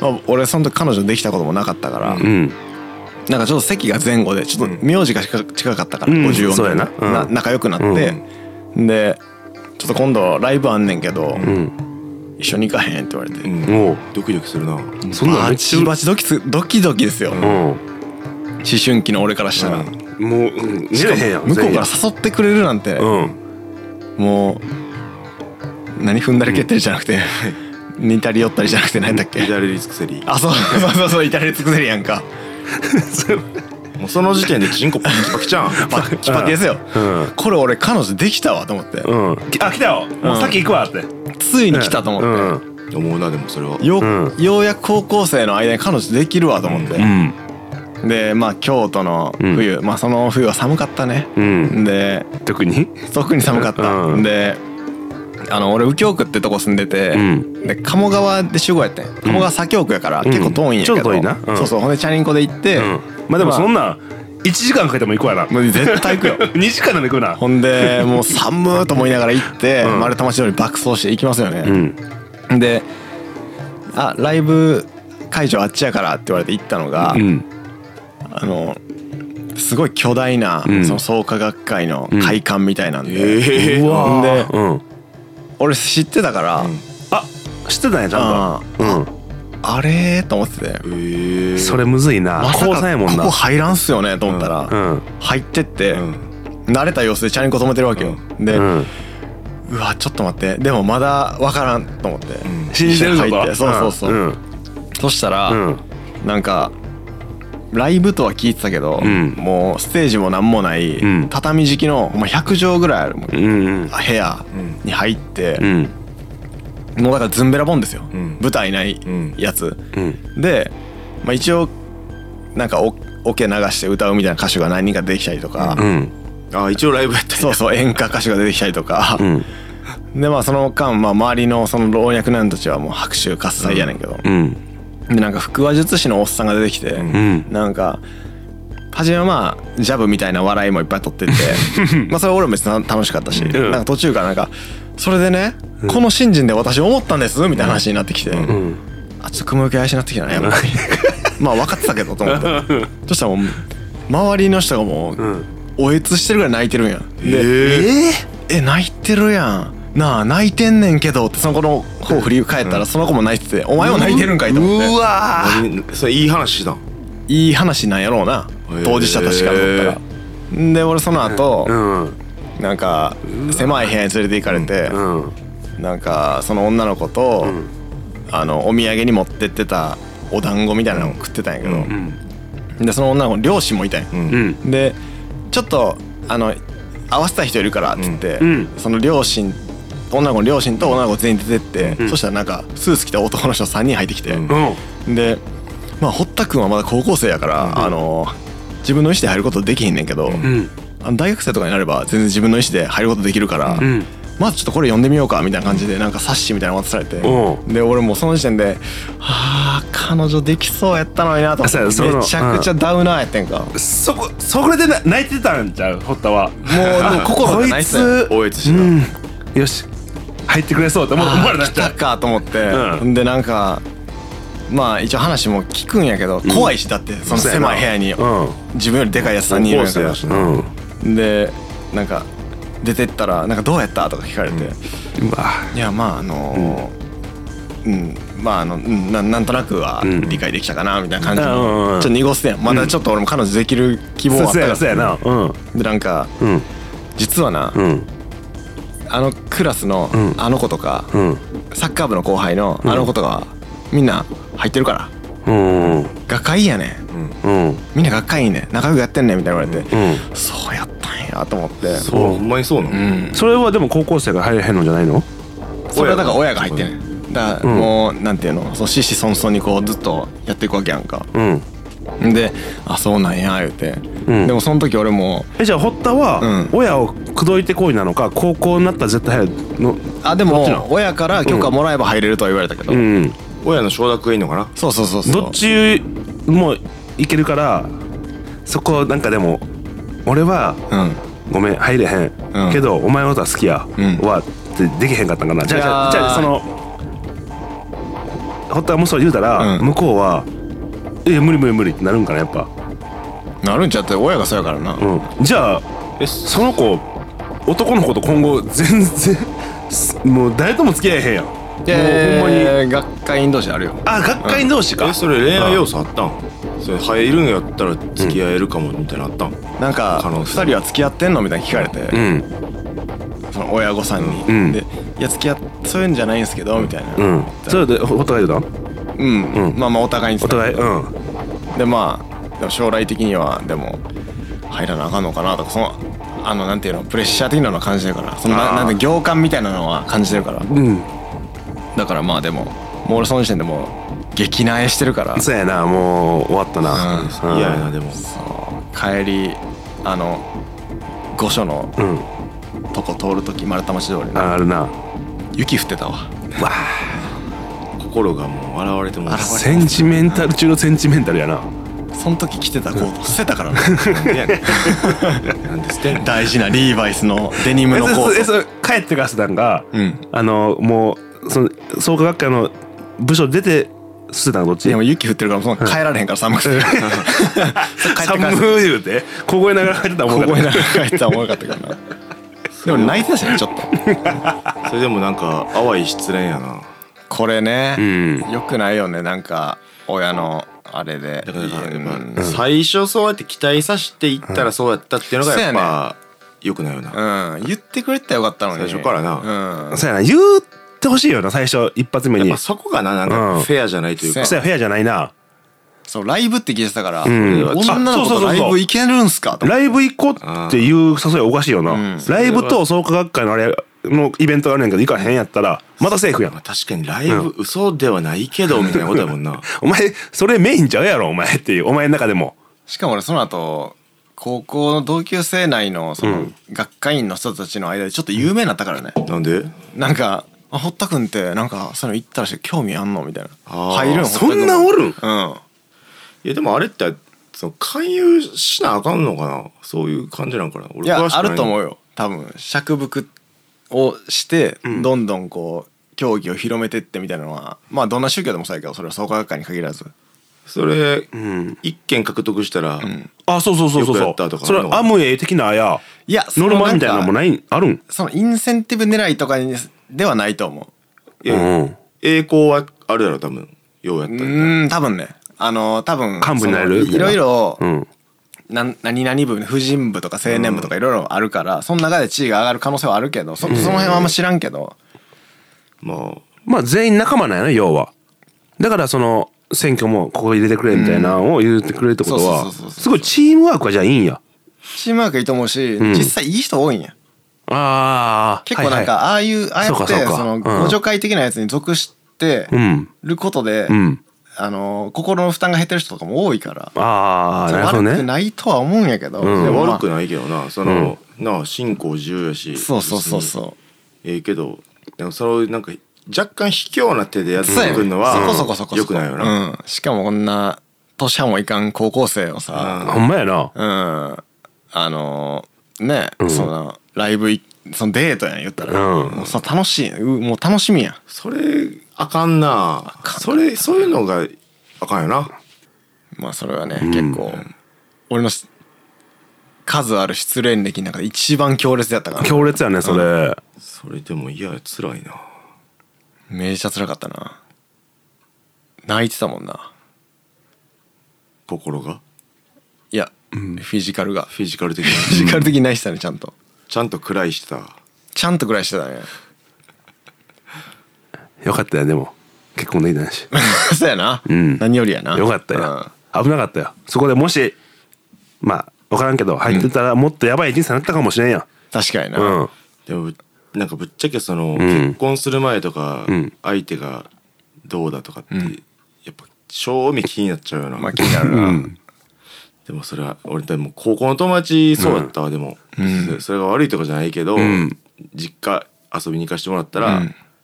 [SPEAKER 2] まあ、俺その時彼女できたこともなかったから、
[SPEAKER 3] うん
[SPEAKER 2] なんかちょっと席が前後でちょっと名字が近近かったから、
[SPEAKER 3] うん
[SPEAKER 2] 54
[SPEAKER 3] そうやなうん
[SPEAKER 2] な仲良くなって、でちょっと今度ライブあんねんけど、
[SPEAKER 3] うん
[SPEAKER 2] 一緒に行かへんって言われて、
[SPEAKER 1] うん
[SPEAKER 3] おう
[SPEAKER 1] ドキドキするな
[SPEAKER 3] そんなんめ
[SPEAKER 2] バ
[SPEAKER 3] っちゃ
[SPEAKER 2] チバチドキすドキドキですよ、
[SPEAKER 3] う
[SPEAKER 2] 思
[SPEAKER 3] ん
[SPEAKER 2] 春期の俺からしたら、
[SPEAKER 3] もううん寝
[SPEAKER 2] し
[SPEAKER 3] れ
[SPEAKER 2] か
[SPEAKER 3] へんや
[SPEAKER 2] も
[SPEAKER 3] ん
[SPEAKER 2] 向こうから誘
[SPEAKER 3] 全
[SPEAKER 2] ってくれるなんて、
[SPEAKER 3] 員うん
[SPEAKER 2] もう何踏んだり蹴ったりじゃなくて、似たり寄ったりじゃなくて何だっけ
[SPEAKER 1] 左リスクセリー
[SPEAKER 2] あそうそうそうそう至れり尽くせりやんか
[SPEAKER 1] もうその時点でチンコパキパキちゃん
[SPEAKER 2] パッキパキですよ、
[SPEAKER 3] うん
[SPEAKER 2] これ俺彼女できたわと思って、
[SPEAKER 3] うんあ来たよもう先行くわって
[SPEAKER 2] ついに来たと思って、
[SPEAKER 3] うん
[SPEAKER 1] 思うなでもそれは
[SPEAKER 2] よ
[SPEAKER 3] う
[SPEAKER 2] ようやく高校生の間に彼女できるわと思って、
[SPEAKER 3] うん
[SPEAKER 2] でまあ京都の冬、まあその冬は寒かったね、
[SPEAKER 3] うん
[SPEAKER 2] で
[SPEAKER 3] 特に
[SPEAKER 2] 特に寒かった、
[SPEAKER 3] うん
[SPEAKER 2] であの俺右京区ってとこ住んでて、
[SPEAKER 3] うん
[SPEAKER 2] で鴨川で集合やってん鴨川左京区やから、結構遠いんやけど、
[SPEAKER 3] ちょっと遠いなうん
[SPEAKER 2] そうそうほんでチャリンコで行って、
[SPEAKER 3] うんまあでもそん
[SPEAKER 2] な
[SPEAKER 3] な1時間かけても行く わな
[SPEAKER 2] 絶対行 くよ
[SPEAKER 3] 2時間でも行くな
[SPEAKER 2] ほんでもう寒ーと思いながら行って、
[SPEAKER 3] うん
[SPEAKER 2] 丸太町通り爆走して行きますよ
[SPEAKER 3] う
[SPEAKER 2] ね、
[SPEAKER 3] ん
[SPEAKER 2] で「あライブ会場あっちやから」って言われて行ったのが、
[SPEAKER 3] うん
[SPEAKER 2] あのすごい巨大な、その創価学会の会館みたいなんで、
[SPEAKER 1] ええ
[SPEAKER 3] う
[SPEAKER 2] ほんで
[SPEAKER 3] うん
[SPEAKER 2] 俺知ってたから、
[SPEAKER 3] あ知ってたんやちゃんとう
[SPEAKER 2] あれーと思ってて、
[SPEAKER 1] ええ
[SPEAKER 3] んそれむずいな
[SPEAKER 2] まさ
[SPEAKER 3] 高3や
[SPEAKER 2] か
[SPEAKER 3] もん
[SPEAKER 2] こ
[SPEAKER 3] な
[SPEAKER 2] こ入らんすよねと思ったら、
[SPEAKER 3] うん
[SPEAKER 2] 入ってって、
[SPEAKER 1] うん
[SPEAKER 2] 慣れた様子でチャリンコ止めてるわけよ、で、
[SPEAKER 3] う
[SPEAKER 2] うんわちょっと待ってでもまだ分からんと思って、
[SPEAKER 3] 信じてるぞ
[SPEAKER 2] 入って
[SPEAKER 3] と
[SPEAKER 2] そうそうそう、
[SPEAKER 3] うん
[SPEAKER 2] そしたら、
[SPEAKER 3] うん
[SPEAKER 2] なんかライブとは聞いてたけど、
[SPEAKER 3] ん
[SPEAKER 2] もうステージも何もない、
[SPEAKER 3] うん
[SPEAKER 2] 畳敷きの、まあ、100畳ぐらいあるもう
[SPEAKER 3] うん
[SPEAKER 2] 部屋に入って
[SPEAKER 3] う、ん
[SPEAKER 2] もうだからズンベラボンですよ、
[SPEAKER 1] ん
[SPEAKER 2] 舞台ない
[SPEAKER 1] ん
[SPEAKER 2] やつ、
[SPEAKER 3] うん
[SPEAKER 2] で、まあ、一応なんかオオケ流して歌うみたいな歌手が何人かできたりとか、
[SPEAKER 3] うん
[SPEAKER 1] あ一応ライブやったり
[SPEAKER 2] そうそう演歌歌手が出てきたりとか
[SPEAKER 3] う、ん
[SPEAKER 2] でまあその間、まあ、周りのその老若男女たちはもう拍手喝采やねんけど、
[SPEAKER 3] うん
[SPEAKER 2] でなんか腹話術師のおっさんが出てきて、
[SPEAKER 3] うん
[SPEAKER 2] なんか初めはまあジャブみたいな笑いもいっぱい取 っててまあそれ俺も別に楽しかったし、
[SPEAKER 3] ん
[SPEAKER 2] なんか途中からなんか「それでね、この新人で私思ったんです」みたいな話になってきて、
[SPEAKER 3] ん
[SPEAKER 2] あちょっと雲行き怪しなってきたねやっぱり まあ分かってたけどと思 ってそしたらもう周りの人がもう、おえつしてるぐらい泣いてるんやで
[SPEAKER 1] え
[SPEAKER 2] え泣いてるやんなあ泣いてんねんけどってその子の方振り返ったらその子も泣いてて「お前も泣いてるんかい」と思って
[SPEAKER 3] うわ
[SPEAKER 1] 何それいい話したん
[SPEAKER 2] いい話なんやろうな
[SPEAKER 1] へー
[SPEAKER 2] 当事者たちからだったら。で俺その後
[SPEAKER 3] うん
[SPEAKER 2] なんか狭い部屋に連れて行かれて
[SPEAKER 3] うん
[SPEAKER 2] なんかその女の子とあのお土産に持ってってたお団子みたいなのを食ってたんやけどでその女の子の両親もいたんや
[SPEAKER 3] うん
[SPEAKER 2] でちょっとあの合わせた人いるからっつって、
[SPEAKER 3] ん
[SPEAKER 2] その両親女の子の両親と女の子全員出てって、そしたらなんかスーツ着た男の人3人入ってきて、
[SPEAKER 3] うん
[SPEAKER 2] でまあ堀田君はまだ高校生やから、あの自分の意思で入ることできへんねんけど、
[SPEAKER 3] ん
[SPEAKER 2] あの大学生とかになれば全然自分の意思で入ることできるから、
[SPEAKER 3] ん
[SPEAKER 2] まずちょっとこれ読んでみようかみたいな感じでなんか冊子みたいなの渡されて、
[SPEAKER 3] う
[SPEAKER 2] で俺もうその時点で「あー彼女できそうやったのにな」と思って
[SPEAKER 3] そうやその
[SPEAKER 2] めちゃくちゃダウナーやってんか。
[SPEAKER 3] そこそれでな泣いてたんちゃう堀田は
[SPEAKER 2] もうで も心
[SPEAKER 3] こ
[SPEAKER 2] が
[SPEAKER 3] い
[SPEAKER 2] ないっすね
[SPEAKER 3] つ
[SPEAKER 1] 応援した
[SPEAKER 3] うんよし入ってくれそうと 思う思われた
[SPEAKER 2] 来
[SPEAKER 3] んちゃ
[SPEAKER 2] た
[SPEAKER 3] う
[SPEAKER 2] かと思って、
[SPEAKER 3] う
[SPEAKER 2] でなんかまあ一応話も聞くんやけど怖いしだってその狭い部屋に
[SPEAKER 3] う
[SPEAKER 2] 自分よりでかいやつさんにいるんやか
[SPEAKER 1] 高
[SPEAKER 2] ら
[SPEAKER 1] 校生やし
[SPEAKER 3] んうんう
[SPEAKER 2] でなんか出てったら「なんかどうやった?」とか聞かれて
[SPEAKER 3] わ
[SPEAKER 2] 「いやまああのーうんまああのうんななんとなくは
[SPEAKER 3] ん
[SPEAKER 2] 理解できたかな」みたいな感じで
[SPEAKER 3] う
[SPEAKER 2] ち
[SPEAKER 3] んうんうん
[SPEAKER 2] ょっと濁すやんまだちょっと俺も彼女できる希望はあっ
[SPEAKER 3] そう
[SPEAKER 2] た
[SPEAKER 3] や
[SPEAKER 2] か
[SPEAKER 3] なそうや
[SPEAKER 2] ら
[SPEAKER 3] なうん
[SPEAKER 2] でなんか
[SPEAKER 3] うん
[SPEAKER 2] 実はな
[SPEAKER 3] うん
[SPEAKER 2] あのクラスの
[SPEAKER 3] ん
[SPEAKER 2] あの子とか
[SPEAKER 3] うん
[SPEAKER 2] サッカー部の後輩のあの子とかはみんな入ってるから
[SPEAKER 3] うんうん
[SPEAKER 2] 学会やねん
[SPEAKER 3] うん
[SPEAKER 2] みんな学会いいねん仲良くやってんねんみたいな言われて、
[SPEAKER 3] うん
[SPEAKER 2] そうやったんやと思って
[SPEAKER 1] そうほんまにそうなの
[SPEAKER 3] それはでも高校生が入れへんのじゃないの
[SPEAKER 2] それはだから親が入ってんねんだからもうなんていうのそうししそんそんにこうずっとやっていくわけやんか
[SPEAKER 3] うん
[SPEAKER 2] であそうなんや言うて、
[SPEAKER 3] うん
[SPEAKER 2] でもその時俺も
[SPEAKER 3] えじゃあ堀田は
[SPEAKER 2] う
[SPEAKER 3] 親を口説いてこいなのか高校になったら絶対入るの
[SPEAKER 2] あで
[SPEAKER 3] っちなん
[SPEAKER 2] も親から許可もらえば入れるとは言われたけど、
[SPEAKER 3] うん
[SPEAKER 1] 親の承諾がいいのかな
[SPEAKER 2] そうそうそうそう
[SPEAKER 3] どっちもいけるからそこなんかでも俺は
[SPEAKER 2] うん
[SPEAKER 3] ごめん入れへん、
[SPEAKER 2] うん
[SPEAKER 3] けどお前のことは好きや、
[SPEAKER 2] うん
[SPEAKER 3] はってできへんかったんかなじゃあじゃあ
[SPEAKER 2] い
[SPEAKER 3] じ
[SPEAKER 2] やー
[SPEAKER 3] ゃあその堀田もそう言うたら、
[SPEAKER 2] うん
[SPEAKER 3] 向こうは「いや無理無理無理」ってなるんかなやっぱ、
[SPEAKER 2] なるんちゃって親がそうやからな、
[SPEAKER 3] うん、じゃあ
[SPEAKER 1] え
[SPEAKER 3] その子男の子と今後全然 すもう誰とも付き合えへんやんもうほんまに
[SPEAKER 2] に学会員同士あるよ
[SPEAKER 3] あ学会同士か、
[SPEAKER 1] えそれ恋愛要素あったんそれ入るんやったら付き合えるかもみたいなのあったん
[SPEAKER 2] なんか
[SPEAKER 1] 可能性
[SPEAKER 2] 2人は付き合ってんのみたいに聞かれて、
[SPEAKER 3] うん
[SPEAKER 2] その親御さんに、
[SPEAKER 3] ん
[SPEAKER 2] で「いや付き合っそういうんじゃないんですけど」みたいな
[SPEAKER 3] うんそれでほお互いだ
[SPEAKER 2] うん、
[SPEAKER 3] うん
[SPEAKER 2] まあまあお互いに
[SPEAKER 3] お互いうん
[SPEAKER 2] でまあでも将来的にはでも入らなあかんのかなとかそのあのなんていうのプレッシャー的なのは感じてるからその
[SPEAKER 3] あー
[SPEAKER 2] ななんて行間みたいなのは感じてるから
[SPEAKER 3] うん
[SPEAKER 2] だからまあでももう俺その時点でもう激なえしてるから
[SPEAKER 3] そうやなもう終わったな、
[SPEAKER 2] うん
[SPEAKER 1] 嫌やなでも
[SPEAKER 2] 帰りあの御所の
[SPEAKER 3] うん
[SPEAKER 2] とこ通る時丸太町通りの
[SPEAKER 3] ああるな
[SPEAKER 2] 雪降ってたわ
[SPEAKER 1] 心がもう現れてもう
[SPEAKER 2] 現
[SPEAKER 3] セ ンチメンタル中のセンチメンタルやな
[SPEAKER 2] その時着てたコート捨てたからな
[SPEAKER 1] なんです ってん
[SPEAKER 2] 大事なリーバイスのデニムのコ
[SPEAKER 3] え
[SPEAKER 2] ート
[SPEAKER 3] それ帰ってからスダンが、
[SPEAKER 2] うん
[SPEAKER 3] あのもうその創価学会の部署出て捨てたのどっち
[SPEAKER 2] でも雪降ってるから もうそんな帰られへんから寒くて
[SPEAKER 3] 寒い言うて凍えながら帰って たもん
[SPEAKER 2] 凍えながら帰ったらおもろかったからなでも泣いてたしねちょっと
[SPEAKER 1] それでもなんか淡い失恋やな
[SPEAKER 2] これ
[SPEAKER 3] う
[SPEAKER 2] ね、
[SPEAKER 3] ん
[SPEAKER 2] よくないよねなんか親のあれで
[SPEAKER 1] だからやっぱ
[SPEAKER 2] うん
[SPEAKER 1] 最初そうやって期待させていったらそうやったっていうのがやっ
[SPEAKER 2] そう
[SPEAKER 1] ぱ
[SPEAKER 2] や
[SPEAKER 1] 良くないよな
[SPEAKER 2] うん言ってくれたらよかったのに
[SPEAKER 1] 最初からな
[SPEAKER 2] うん
[SPEAKER 3] そうやな言ってほしいよな最初一発目
[SPEAKER 1] やっ
[SPEAKER 3] に
[SPEAKER 1] ぱそこがななんか
[SPEAKER 3] うん
[SPEAKER 1] フェアじゃないというか
[SPEAKER 3] そうやフェアじゃないな
[SPEAKER 2] そうライブって聞いてたから、
[SPEAKER 3] ん
[SPEAKER 2] 女の
[SPEAKER 3] あ
[SPEAKER 2] 子
[SPEAKER 3] そうそうそう
[SPEAKER 2] と
[SPEAKER 3] そう
[SPEAKER 2] ライブ行けるんすかと思って
[SPEAKER 3] ライブ行こうっていう誘いはおかしいよな、
[SPEAKER 2] ん
[SPEAKER 3] ライブと創価学会のあれのイベントがあるんやけど行かへんやったらまたセーフや
[SPEAKER 1] まあ
[SPEAKER 3] ん
[SPEAKER 1] 確かにライブ嘘ではないけどみたいなことやもんな
[SPEAKER 3] お前それメインちゃうやろお前っていうお前の中でも
[SPEAKER 2] しかも俺その後高校の同級生内のその学会員の人たちの間でちょっと有名になったからね、
[SPEAKER 1] なんで
[SPEAKER 2] なんか「あ堀田君ってなんかそういうの行ったらしいけど興味あんの?」みたいな「
[SPEAKER 1] あー
[SPEAKER 2] 入るん
[SPEAKER 3] そんなおるん
[SPEAKER 2] うん
[SPEAKER 1] いやでもあれってその勧誘しなあかんのかなそういう感じなんかな俺
[SPEAKER 2] いや
[SPEAKER 1] 詳しくな
[SPEAKER 2] あると思
[SPEAKER 1] う
[SPEAKER 2] うよ多分尺服をしてどんどんこう競技を広めてってみたいなのはまあどんな宗教でもそうやけどそれは創価学会に限らず
[SPEAKER 1] それ
[SPEAKER 3] ん
[SPEAKER 1] 一件獲得したら
[SPEAKER 3] あそうそうそう
[SPEAKER 1] よ
[SPEAKER 3] そう
[SPEAKER 1] く
[SPEAKER 3] そ
[SPEAKER 1] や
[SPEAKER 3] う
[SPEAKER 1] ったとか
[SPEAKER 3] それはアムウェイ的なや
[SPEAKER 2] いやそ
[SPEAKER 3] ノ
[SPEAKER 2] の
[SPEAKER 3] ルマみたいなのも
[SPEAKER 2] い
[SPEAKER 3] ないんあるん
[SPEAKER 2] そのインセンティブ狙いとかにではないと思う
[SPEAKER 1] いや
[SPEAKER 3] うん
[SPEAKER 1] 栄光はあるだろ多分ようやった
[SPEAKER 2] う
[SPEAKER 1] みたいな
[SPEAKER 2] ーん多分ねあの多分
[SPEAKER 3] 幹部になれる
[SPEAKER 2] そのいろいろ
[SPEAKER 3] うん
[SPEAKER 2] なん何々部婦人部とか青年部とかいろいろあるからその中で地位が上がる可能性はあるけどそその辺はあんま知らんけど
[SPEAKER 1] まあ
[SPEAKER 3] まあ全員仲間なんやな要はだからその選挙もここ入れてくれみたいなのを言ってくれるってこと
[SPEAKER 2] そ
[SPEAKER 3] は
[SPEAKER 2] うそうそうそうそう
[SPEAKER 3] すごいチームワークはじゃあいいんや
[SPEAKER 2] チームワークいいと思うし
[SPEAKER 3] ん
[SPEAKER 2] 実際いい人多いんや
[SPEAKER 3] ああ
[SPEAKER 2] 結構なんかああいうああや
[SPEAKER 3] そう
[SPEAKER 2] っ
[SPEAKER 3] か
[SPEAKER 2] て
[SPEAKER 3] そうか
[SPEAKER 2] その
[SPEAKER 3] うん
[SPEAKER 2] 互助会的なやつに属して
[SPEAKER 3] うん
[SPEAKER 2] ることで
[SPEAKER 3] うん
[SPEAKER 2] あの心の負担が減ってる人とかも多いから
[SPEAKER 3] ああなるほど
[SPEAKER 2] 悪く
[SPEAKER 3] ね
[SPEAKER 2] ないとは思うんやけど
[SPEAKER 3] うん
[SPEAKER 1] い
[SPEAKER 2] で
[SPEAKER 1] や
[SPEAKER 2] もまあ
[SPEAKER 1] 悪くないけどなその、なあ信仰自由やし
[SPEAKER 2] そうそうそうそう
[SPEAKER 1] 別にええけどでもそれなんか若干卑怯な手でやってくるのは
[SPEAKER 2] そうやねそこそこそこ
[SPEAKER 1] よくないよな、
[SPEAKER 2] うん、しかもこんな年半もいかん高校生をさ
[SPEAKER 3] ほんまやな
[SPEAKER 2] うんあのーね、そのライブいそのデートやん言ったら、
[SPEAKER 3] うん
[SPEAKER 2] もうさ楽しいうもう楽しみやん
[SPEAKER 1] それあかんなそれそういうのがあかんよな
[SPEAKER 2] まあそれはね、結構俺のし数ある失恋歴の中で一番強烈だったから
[SPEAKER 3] 強烈やねそれ
[SPEAKER 1] それでもいや辛いな
[SPEAKER 2] めちゃ辛かったな泣いてたもんな
[SPEAKER 1] 心が
[SPEAKER 2] いや、フィジカルがフ
[SPEAKER 1] フィジカル的
[SPEAKER 2] ィジ
[SPEAKER 1] に
[SPEAKER 2] カル的に泣いてたねちゃんと
[SPEAKER 1] ちゃんと暗いしてた
[SPEAKER 2] ちゃんとぐらいしてたね
[SPEAKER 3] よかったよでも結婚できたし
[SPEAKER 2] そうやな、
[SPEAKER 3] ん
[SPEAKER 2] 何よりやな
[SPEAKER 3] よかった
[SPEAKER 2] うん
[SPEAKER 3] よ危なかったよそこでもしまあ分からんけど入ってたらもっとやばい人生になったかもしれんやん
[SPEAKER 2] 確かにな、
[SPEAKER 3] うん
[SPEAKER 1] でもなんかぶっちゃけその、
[SPEAKER 3] ん
[SPEAKER 1] 結婚する前とか、
[SPEAKER 3] ん
[SPEAKER 1] 相手がどうだとかって、やっぱ正味気になっちゃうよな、
[SPEAKER 2] まあ気になるな、
[SPEAKER 1] でもそれは俺でも高校の友達そうやったわ、でも、そそれが悪いとかじゃないけど、
[SPEAKER 3] ん
[SPEAKER 1] 実家遊びに行かしてもらったら、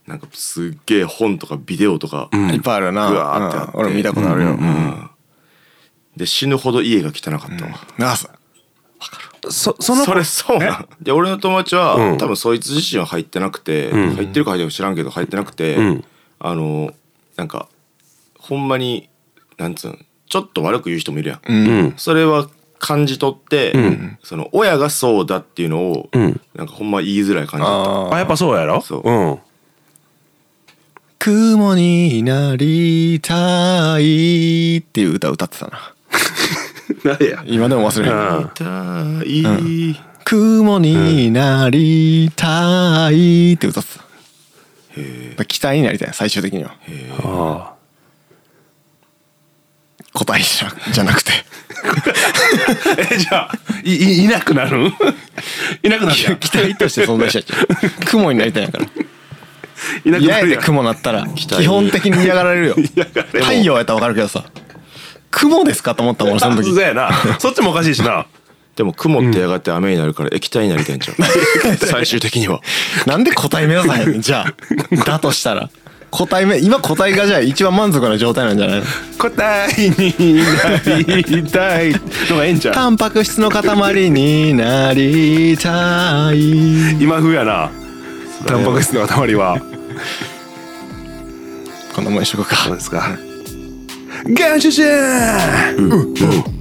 [SPEAKER 1] なんかすっげえ本とかビデオとか、
[SPEAKER 2] いっぱいあるな
[SPEAKER 1] うわーってあって
[SPEAKER 2] うん俺見たことあるよ、
[SPEAKER 1] で死ぬほど家が汚かったわ、
[SPEAKER 2] なあさ
[SPEAKER 3] そその
[SPEAKER 1] それそうなんで俺の友達は、
[SPEAKER 3] うん
[SPEAKER 1] 多分そいつ自身は入ってなくて、
[SPEAKER 3] ん
[SPEAKER 1] 入ってるか入ってないか知らんけど入ってなくて、
[SPEAKER 3] うん
[SPEAKER 1] あのなんかほんまになんつうんちょっと悪く言う人もいるやん、
[SPEAKER 3] うん
[SPEAKER 1] それは感じ取って、
[SPEAKER 3] ん
[SPEAKER 1] その親がそうだっていうのを、
[SPEAKER 3] うん
[SPEAKER 1] なんかほんま言いづらい感じだった
[SPEAKER 3] あやっぱそうやろ
[SPEAKER 1] そう
[SPEAKER 3] うん
[SPEAKER 2] 雲になりたいっていう歌歌ってたな
[SPEAKER 3] 何や
[SPEAKER 2] 今でも忘れへん、
[SPEAKER 3] うん
[SPEAKER 1] 痛い、へ
[SPEAKER 2] 雲になりたいって歌ってた、
[SPEAKER 1] え
[SPEAKER 2] 期待になりたい最終的には
[SPEAKER 3] あ
[SPEAKER 2] 答えじゃじゃなくて
[SPEAKER 3] あえじゃあい いいなくなるいなくなるやん
[SPEAKER 2] 期待として存在しちゃう雲になりたいんやから
[SPEAKER 3] いなくな
[SPEAKER 2] 嫌や
[SPEAKER 3] る
[SPEAKER 2] で
[SPEAKER 3] やん
[SPEAKER 2] 雲なったら
[SPEAKER 1] 待
[SPEAKER 2] 基本的に嫌がられるよ太陽やったら分かるけどさ雲ですかと思ったもん俺その時
[SPEAKER 3] そうやなそっちもおかしいしな
[SPEAKER 1] でも雲ってやがて雨になるから液体になりたいんちゃ う最終的には
[SPEAKER 2] なんで答え目指さへんのじゃあだとしたら答え目今答えがじゃあ一番満足な状態なんじゃないの
[SPEAKER 3] 答えになりたいのがええんちゃう
[SPEAKER 2] タンパク質の塊になりたい
[SPEAKER 3] 今風やなタンパク質の塊は
[SPEAKER 2] こんなもんにしとこうか
[SPEAKER 3] そうですかガンシュシューン